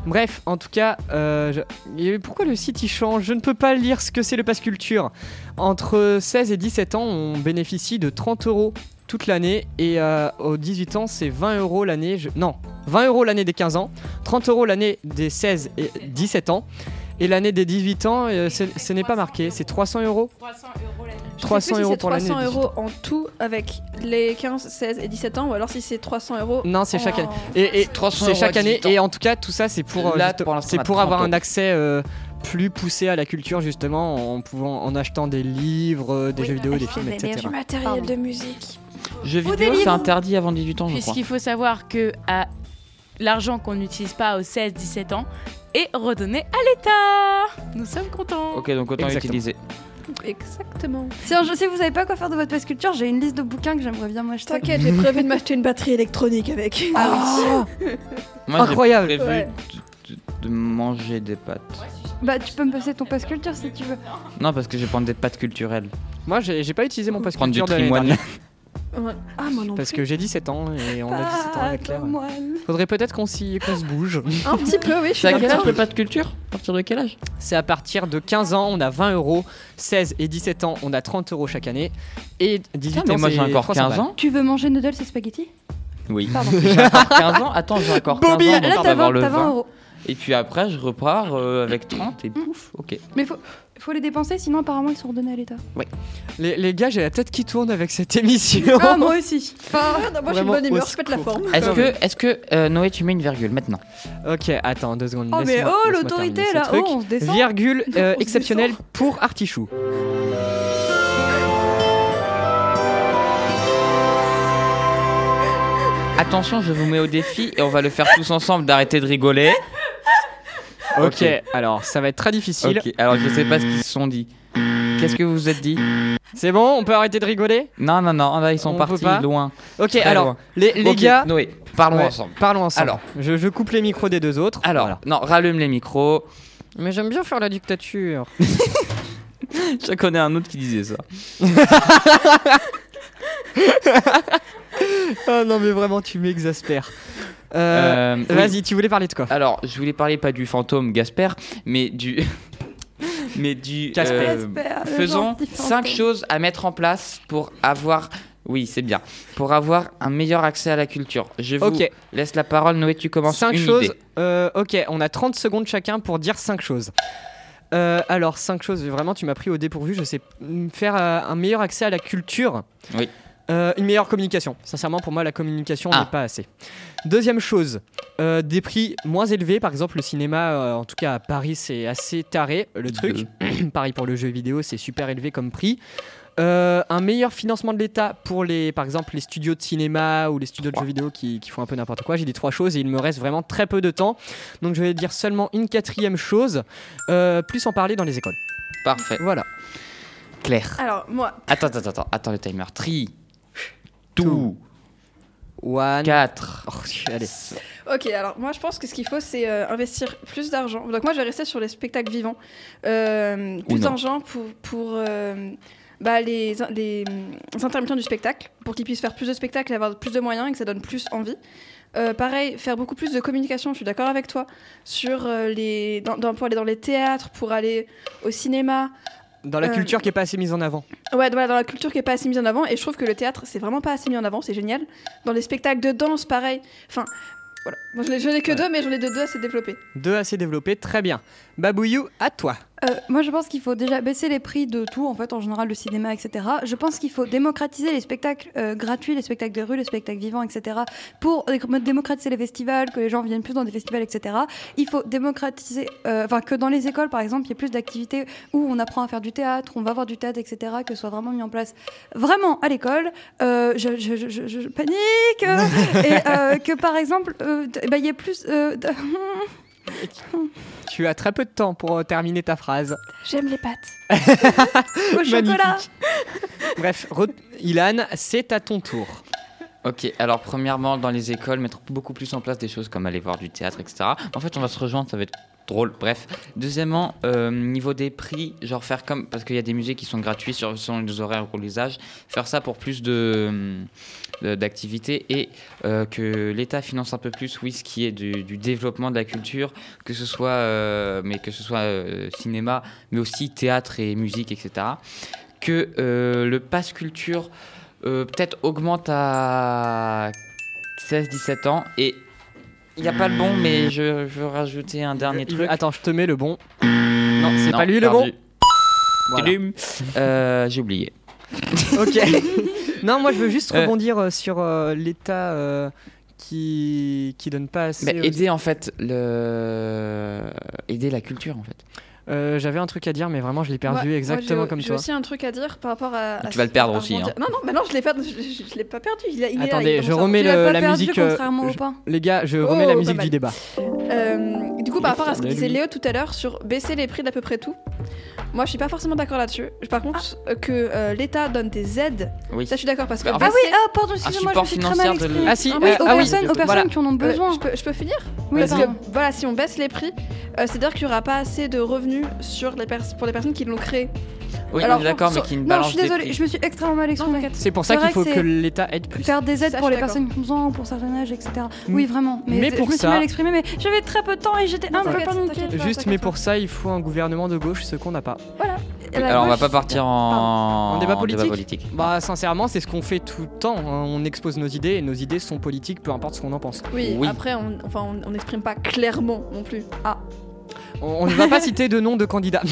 Bref, en tout cas, euh, je- et pourquoi le site il change Je ne peux pas lire ce que c'est le pass culture. Entre 16 et 17 ans, on bénéficie de 30 euros toute l'année et euh, aux 18 ans, c'est 20 euros l'année. je- Non, 20 euros l'année des 15 ans, 30 euros l'année des 16 et 17 ans. Et l'année des 18 ans, euh, ce ce n'est pas marqué, c'est 300 euros. 300 euros pour l'année.
300
des 18
euros en tout avec les 15, 16 et 17 ans, ou alors si c'est 300 euros.
Non, c'est chaque
en-
année. Et, et
300
c'est
euros
chaque
à
année.
18 ans.
Et en tout cas, tout ça, c'est pour, euh,
Là,
juste-
pour l'instant, on
c'est
a
pour avoir
30
un accès euh, plus poussé à la culture, justement, en, pouvant, en achetant des livres, euh, des
Oui,
jeux vidéo, des
acheter
films,
des
etc.
livres.
Matériel
Pardon.
de musique.
Jeux vidéo, c'est interdit avant 18 ans, je crois.
Puisqu'il faut savoir que à l'argent qu'on n'utilise pas aux 16-17 ans est redonné à l'État. Nous sommes contents.
Ok, donc autant
Exactement.
l'utiliser.
Exactement.
Si, un jour- si vous savez pas quoi faire de votre pass culture, j'ai une liste de bouquins que j'aimerais bien m'acheter.
T'inquiète, j'ai prévu de m'acheter une batterie électronique avec.
Moi, j'ai
Incroyable.
prévu
Ouais.
de- de- de manger des pâtes.
Bah, tu peux me passer ton pass culture si tu veux.
Non, parce que je vais prendre des pâtes culturelles.
Moi, j'ai j'ai pas utilisé mon passe
Prendre du
culture de l'année
trimoine.
dernière,
Ah, moi non Ah,
parce que j'ai 17 ans et on a 17 ans avec Claire. Faudrait peut-être qu'on s'y- qu'on se bouge.
Un petit peu, oui, je suis
C'est à quel âge
d'accord.
le pâtes culture À partir de quel âge
C'est à partir de 15 ans, on a 20 euros. 16 et 17 ans, on a 30 euros chaque année. Et 18
mais
ans,
moi
c'est
j'ai encore
300
15
balles.
ans.
Tu veux manger noodles et spaghetti
Oui.
Pardon.
J'ai encore 15 ans. Attends, j'ai encore 15
Bobby,
ans.
Bah, Là,
donc
t'as
on va avoir
20,
le
t'as 20
20.
euros.
Et puis après, je repars euh, avec 30 et pouf, ok.
Mais faut, faut les dépenser, sinon apparemment ils sont redonnés à l'État.
Les, les gars, j'ai la tête qui tourne avec cette émission.
Ah, moi aussi. Enfin,
Ah, non, moi je suis de
Vraiment,
bonne humeur,
au
je pète la
secours.
forme.
Est-ce
Ah
que, est-ce que euh, Noé, tu mets une virgule maintenant
Ok, attends, deux secondes.
oh, mais
laisse-moi-
oh,
laisse-moi
l'autorité
terminer
là,
ce
oh,
truc.
on se descend.
Virgule euh,
On se
exceptionnelle pour Artichou.
Attention, je vous mets au défi et on va le faire tous ensemble d'arrêter de rigoler.
Ok, alors ça va être très difficile.
Ok, alors je sais pas ce qu'ils se sont dit. Qu'est-ce que vous vous êtes dit
C'est bon, on peut arrêter de rigoler
Non, non, non, là ils sont
On peut
partis
pas
loin.
Ok,
Très
alors,
loin.
les, les
Ok,
gars,
Noé, parlons
Ouais,
ensemble.
parlons ensemble.
Alors.
je, je coupe les micros des deux autres.
Alors,
Voilà.
non, rallume les micros.
Mais j'aime bien faire la dictature.
Je connais un autre qui disait ça.
Ah non, mais vraiment, tu m'exaspères. Euh,
Euh, oui. Euh,
Vas-y, tu voulais parler de quoi
Alors, je voulais parler pas du fantôme Gasper, mais du. mais du. euh,
Casper.
Casper, le
faisons
gentil fantôme.
5 choses à mettre en place pour avoir. Oui, c'est bien. Pour avoir un meilleur accès à la culture. Je vous
Ok.
laisse la parole. Noé, tu commences.
Cinq
une
choses.
idée.
euh, ok, on a 30 secondes chacun pour dire cinq choses. Euh, alors, cinq choses, vraiment, tu m'as pris au dépourvu. Je sais mm, faire euh, un meilleur accès à la culture.
Oui.
Euh, une meilleure communication. Sincèrement, pour moi, la communication
Ah.
n'est pas assez. Deuxième chose, euh, des prix moins élevés. Par exemple, le cinéma, euh, en tout cas à Paris, c'est assez taré, le truc.
Deux.
Pareil pour le jeu vidéo, c'est super élevé comme prix. Euh, un meilleur financement de l'État pour les, par exemple, les studios de cinéma ou les studios de
Trois.
jeux vidéo qui, qui font un peu n'importe quoi. J'ai dit trois choses et il me reste vraiment très peu de temps, donc je vais dire seulement une quatrième chose. Euh, plus en parler dans les écoles.
Parfait.
Voilà.
Claire.
Ah.
Alors, moi,
Attends, attends, attends, attends le timer. 3, 2,
One.
4.
Oh, allez.
Ok, alors moi je pense que ce qu'il faut c'est euh, investir plus d'argent. Donc moi je vais rester sur les spectacles vivants. Euh, plus
non.
d'argent pour, pour euh, bah, les, les, les intermittents du spectacle, pour qu'ils puissent faire plus de spectacles et avoir plus de moyens et que ça donne plus envie. Euh, pareil, faire beaucoup plus de communication, je suis d'accord avec toi, sur euh, les, dans, dans- pour aller dans les théâtres, pour aller au cinéma,
Dans la
Euh,
culture qui est pas assez mise en avant.
Ouais, voilà, dans la culture qui est pas assez mise en avant. Et je trouve que le théâtre, c'est vraiment pas assez mis en avant, c'est génial. Dans les spectacles de danse, pareil. Enfin, voilà. Moi, je n'ai- je n'ai que
Ouais.
deux, mais j'en ai de deux à se développer.
Deux assez développés, très bien. Babouyou, à toi.
Euh, moi, je pense qu'il faut déjà baisser les prix de tout, en fait, en général, le cinéma, etc. Je pense qu'il faut démocratiser les spectacles euh, gratuits, les spectacles de rue, les spectacles vivants, etc. Pour dé- démocratiser les festivals, que les gens viennent plus dans des festivals, etc. Il faut démocratiser, euh, enfin, que dans les écoles, par exemple, il y ait plus d'activités où on apprend à faire du théâtre, on va voir du théâtre, etc. Que ce soit vraiment mis en place vraiment à l'école. Euh, je, je- je- je- je panique Et euh, que, par exemple, euh, d- bah, il y ait plus... euh, d-
Tu as très peu de temps pour euh, terminer ta phrase.
J'aime les pâtes. au chocolat.
Magnifique. Bref, re- Ilan, c'est à ton tour.
Ok, alors premièrement, dans les écoles, mettre beaucoup plus en place des choses comme aller voir du théâtre, etc. En fait, on va se rejoindre, ça va être drôle, bref. Deuxièmement, euh, niveau des prix, genre faire comme... Parce qu'il y a des musées qui sont gratuits sur, sur les horaires ou les âges. Faire ça pour plus de de- d'activités et euh, que l'État finance un peu plus, oui, ce qui est du, du développement de la culture, que ce soit, euh, mais que ce soit euh, cinéma, mais aussi théâtre et musique, etc. Que euh, le pass culture euh, peut-être augmente à 16-17 ans et il n'y a pas le bon, mais je, je veux rajouter un dernier
Il
truc.
veut- Euh, Attends, je te mets le bon.
non,
c'est pas lui le
perdu.
Voilà.
Tudum. Euh, J'ai oublié.
Ok. non, moi je veux juste
Euh.
rebondir euh, sur euh, l'État euh, qui qui donne pas assez.
Bah,
aux-
aider en fait le aider la culture en fait.
Euh, J'avais un truc à dire, mais vraiment je l'ai perdu
Moi- moi,
exactement
j'ai-
comme
j'ai
toi.
aussi un truc à dire par rapport à.
Mais
à
tu vas le perdre
à
aussi, hein.
rebondir. Non, non, bah non, je l'ai perdu. Je, je- je l'ai pas perdu. Il, a- il est là, il
Attendez,
est dans
je
mon
remets
tu l'as
le-
pas
la
perdu,
musique. euh,
contrairement au
je-
pain.
Les gars, je
Oh,
remets la
pas
musique
mal.
du débat.
cerveau. Euh, du coup, par rapport à ce que
Salut.
disait Léo tout à l'heure sur baisser les prix d'à peu près tout, moi je suis pas forcément d'accord là-dessus. Par contre,
Ah.
euh, que euh, l'État donne des aides,
Oui.
ça je suis d'accord parce que.
Bah, en
Ah
baisser- Euh,
oui, ah pardon, excusez-moi, je me
support
suis très
financier
mal
de
exprimée.
l'État.
Ah si,
Ah
Oui,
euh,
aux,
ah oui.
personnes, aux personnes
Voilà.
qui en ont besoin.
Euh, je, peux, je peux finir
Oui,
Parce que
pardon.
voilà, si on baisse les prix, euh, c'est-à-dire qu'il n'y aura pas assez de revenus sur les pers- pour les personnes qui l'ont créé.
Oui,
Alors,
on est d'accord,
sur-
mais qui ne
Non, je
balance
suis
des
désolée,
prix.
je me suis extrêmement mal exprimée.
C'est pour ça
C'est
qu'il
vrai
faut
que
que
c'est-
l'État aide plus.
Faire des aides
Ça, je
pour
suis
les personnes qui ont besoin, pour certains âges, etc.
Mm.
Oui, vraiment. Mais,
Mais
je-
pour
je me
ça-
suis mal exprimée, mais j'avais très peu de temps et j'étais un peu
t'inquiète,
paniquée.
t'inquiète.
Juste, mais pour ça, il faut un gouvernement de gauche, ce qu'on n'a pas.
Et la
Alors on va
gauche-
pas partir en,
En débat politique
politique.
Bah, sincèrement, c'est ce qu'on fait tout le temps. hein. On expose nos idées et nos idées sont politiques, peu importe ce qu'on en pense.
Oui,
Oui.
après, on enfin, on- on n'exprime pas clairement non plus. Ah,
On on ne va pas citer de nom de candidats.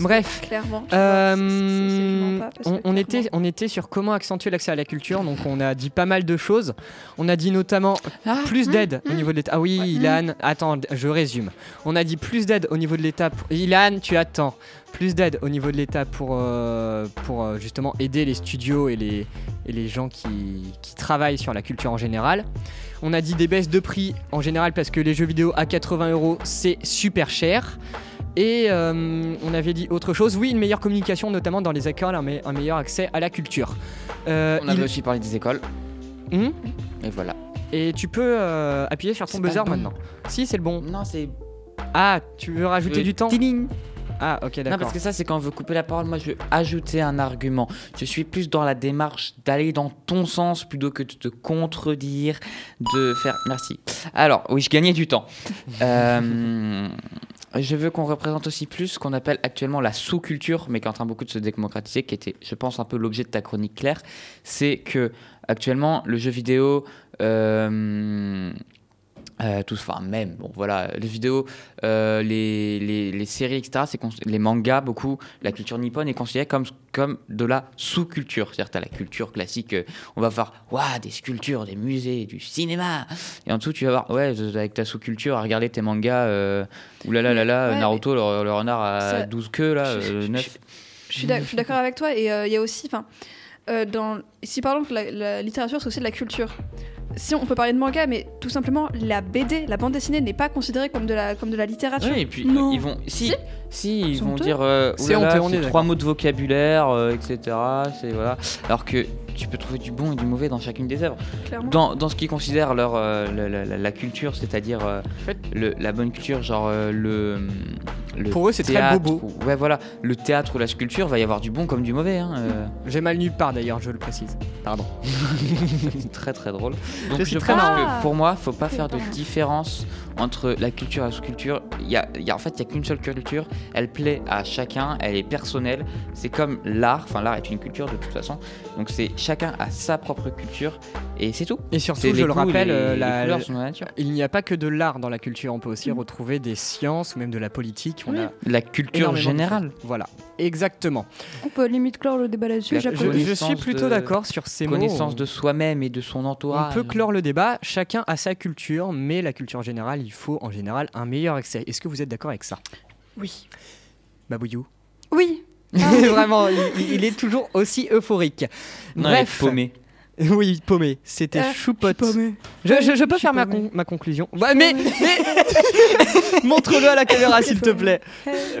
Bref.
clairement. tu vois,
euh,
c'est- c'est- c'est- je mens pas, parce
on,
que
on
clairement-
était, on était sur comment accentuer l'accès à la culture, donc on a dit pas mal de choses. On a dit notamment
Ah, hum,
plus d'aide au niveau de l'État. Ah oui, Ilan, attends, je résume. On a dit plus d'aide au niveau de l'État. pour- Ilan, tu attends. Plus d'aide au niveau de l'État pour, euh, pour euh, justement aider les studios et les, et les gens qui, qui travaillent sur la culture en général. On a dit des baisses de prix en général parce que les jeux vidéo à 80 euros, c'est super cher. Et euh, on avait dit autre chose, oui, une meilleure communication, notamment dans les écoles, un, me- un meilleur accès à la culture. Euh,
On avait
il-
aussi Hum parlé des écoles
Hmm
et voilà.
et tu peux euh, appuyer sur ton
C'est pas
buzzer
le bon.
maintenant. Si, c'est le bon.
Non, c'est euh,
Ah, tu veux rajouter
Le
du temps Ah, ok,
Non,
d'accord.
parce que ça, c'est quand on veut couper la parole. Moi, je veux ajouter un argument. Je suis plus dans la démarche d'aller dans ton sens plutôt que de te contredire, de faire. Merci. Alors, oui, je gagnais du temps. Euh, je veux qu'on représente aussi plus ce qu'on appelle actuellement la sous-culture, mais qui est en train beaucoup de se démocratiser, qui était, je pense, un peu l'objet de ta chronique, Claire. C'est que actuellement, le jeu vidéo. euh, euh, tous, enfin même, bon voilà, les vidéos, euh, les, les, les séries, etc., c'est cons- les mangas, beaucoup, la culture nippone est considérée comme, comme de la sous-culture. C'est-à-dire, t'as la culture classique, euh, on va voir, waouh, des sculptures, des musées, du cinéma. Et en dessous, tu vas voir, ouais, euh, avec ta sous-culture, à regarder tes mangas, euh, oulala, là, là,
Ouais,
Naruto, le, le renard à
Ça-
12 queues, là, euh,
Je- je- je-
9.
Je suis d'ac- je suis d'accord avec toi et euh, il y a aussi, enfin, euh, dans si parlons que la, la littérature c'est aussi de la culture. si on peut parler de manga, mais tout simplement la BD, la bande dessinée n'est pas considérée comme de la, comme de la littérature.
Oui, et puis
Non.
ils vont. Si,
Si.
si, ils
C'est
vont
honteux.
dire. euh,
C'est
oulala,
honteux, on
c'est
est
trois mots de vocabulaire, euh, etc. C'est voilà. Alors que tu peux trouver du bon et du mauvais dans chacune des œuvres.
clairement.
Dans, dans ce qu'ils considèrent leur euh, la, la- la- la culture, c'est-à-dire euh,
fait-
le- la bonne culture, genre euh, le, le
Pour eux, c'est très
théâtre
bobo.
ou- ouais, voilà, le théâtre ou la sculpture, va y avoir du bon comme du mauvais. hein, euh,
J'ai mal nulle part d'ailleurs, je le précise. Pardon.
c'est très très drôle. Donc
Je
je,
suis très
pense
marrant.
que pour moi, faut pas faire de
pardon.
différence entre la culture et la sous-culture. Il y a, il y a- en fait, il y a qu'une seule culture. Elle plaît à chacun. Elle est personnelle. C'est comme l'art. Enfin, l'art est une culture de toute façon. Donc c'est chacun a sa propre culture et c'est tout.
Et surtout,
C'est
je
les
le
goûts,
rappelle,
les-
euh,
les
la-
couleurs sont dans la nature.
il n'y a pas que de l'art dans la culture, on peut aussi retrouver des sciences ou même de la politique. On a
La culture
énormément de
générale.
choses. Voilà, exactement.
On peut limite clore le débat là-dessus.
La-
Je,
j'approuve.
Connaissance
je suis plutôt
de-
d'accord sur ces
Connaissance
mots.
de soi-même et de son
On
entourage.
peut clore le débat, chacun a sa culture, mais la culture générale, il faut en général un meilleur accès. Est-ce que vous êtes d'accord avec ça
Oui.
Babouyou
Oui,
Vraiment, il, il est toujours aussi euphorique.
Non, elle est
Bref,
paumée.
oui, paumé, c'était
Ah,
choupote.
paumée.
Je, je- je peux
Je suis
faire ma,
paumée.
con- ma conclusion Ouais, mais, mais- montre-le à la caméra, s'il te plaît.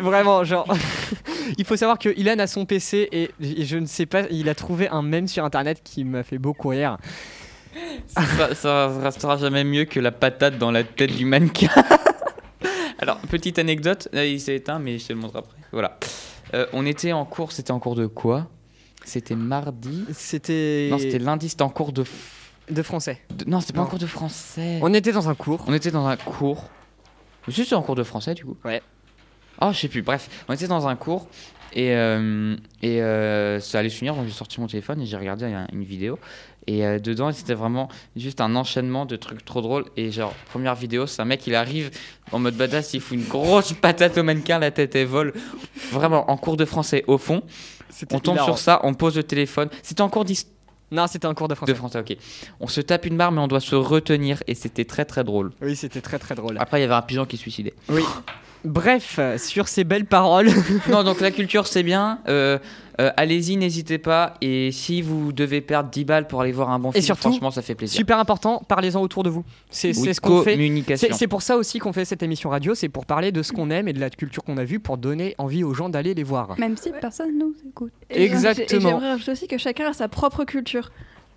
Vraiment, genre, il faut savoir que Ilan a son PC et, et je ne sais pas, il a trouvé un mème sur internet qui m'a fait beaucoup rire.
Ça, ça restera jamais mieux que la patate dans la tête du mannequin. Alors, petite anecdote, là, il s'est éteint, mais je te le montre après. Voilà. Euh, on était en cours, c'était en cours de quoi C'était mardi
C'était
Non, c'était lundi, c'était en cours de. f-
de français.
de- Non, c'était pas en
Non.
cours de français. On...
On était dans un cours.
était dans un cours. Juste c'était en cours de français, du coup
Ouais.
Ah, je sais plus, bref, on était dans un cours. Et, euh, et euh, ça allait s'unir, donc j'ai sorti mon téléphone et j'ai regardé un- une vidéo. Et euh, dedans, c'était vraiment juste un enchaînement de trucs trop drôles. Et genre, première vidéo, c'est un mec, il arrive en mode badass, il fout une grosse patate au mannequin, la tête elle vole. Vraiment, en cours de français, au fond.
C'était
On tombe
hilarant.
sur ça, on pose le téléphone. C'était en cours d'histoire
Non, c'était un cours de français.
de français, ok. On se tape une barre, mais on doit se retenir. Et c'était très très drôle.
Oui, c'était très très drôle.
Après, il y avait un pigeon qui se suicidait.
Bref, euh, sur ces belles paroles,
Non, donc la culture, c'est bien. Euh, euh, Allez-y, n'hésitez pas. Et si vous devez perdre 10 balles pour aller voir un bon film,
surtout,
franchement, ça fait plaisir.
super important, parlez-en autour de vous. C'est
Oui,
c'est ce qu'on fait.
Communication.
C'est c'est pour ça aussi qu'on fait cette émission radio, c'est pour parler de ce qu'on aime et de la culture qu'on a vue pour donner envie aux gens d'aller les voir.
même si personne nous écoute.
Et j'ai-
Exactement.
Et j'aimerais rajouter aussi que chacun a sa propre culture.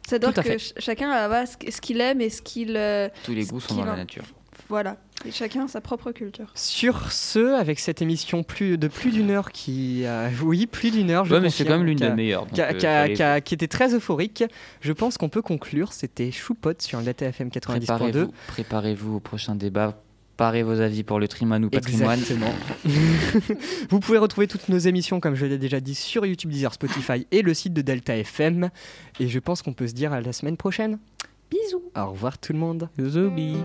C'est-à-dire
Tout à
que
fait.
ch- chacun a voilà, ce ce qu'il aime et ce qu'il. euh,
Tous les goûts sont dans la nature.
voilà. Et chacun a sa propre culture.
Sur ce, avec cette émission plus de plus d'une heure qui, euh, oui, plus d'une heure, je
Ouais, mais c'est quand
confirme,
même l'une
qu'a-
des meilleures. donc,
qu'a-
euh,
qu'a-
fallait-
qu'a- qui était très euphorique. Je pense qu'on peut conclure. C'était Choupote sur l'ATFM 90.2.
Préparez-vous préparez-vous au prochain débat. Parez vos avis pour le trimoine ou patrimoine.
Exactement. Vous pouvez retrouver toutes nos émissions, comme je l'ai déjà dit, sur YouTube, Deezer, Spotify et le site de Delta FM. Et je pense qu'on peut se dire à la semaine prochaine. Bisous. Au revoir tout le monde.
Zoubi.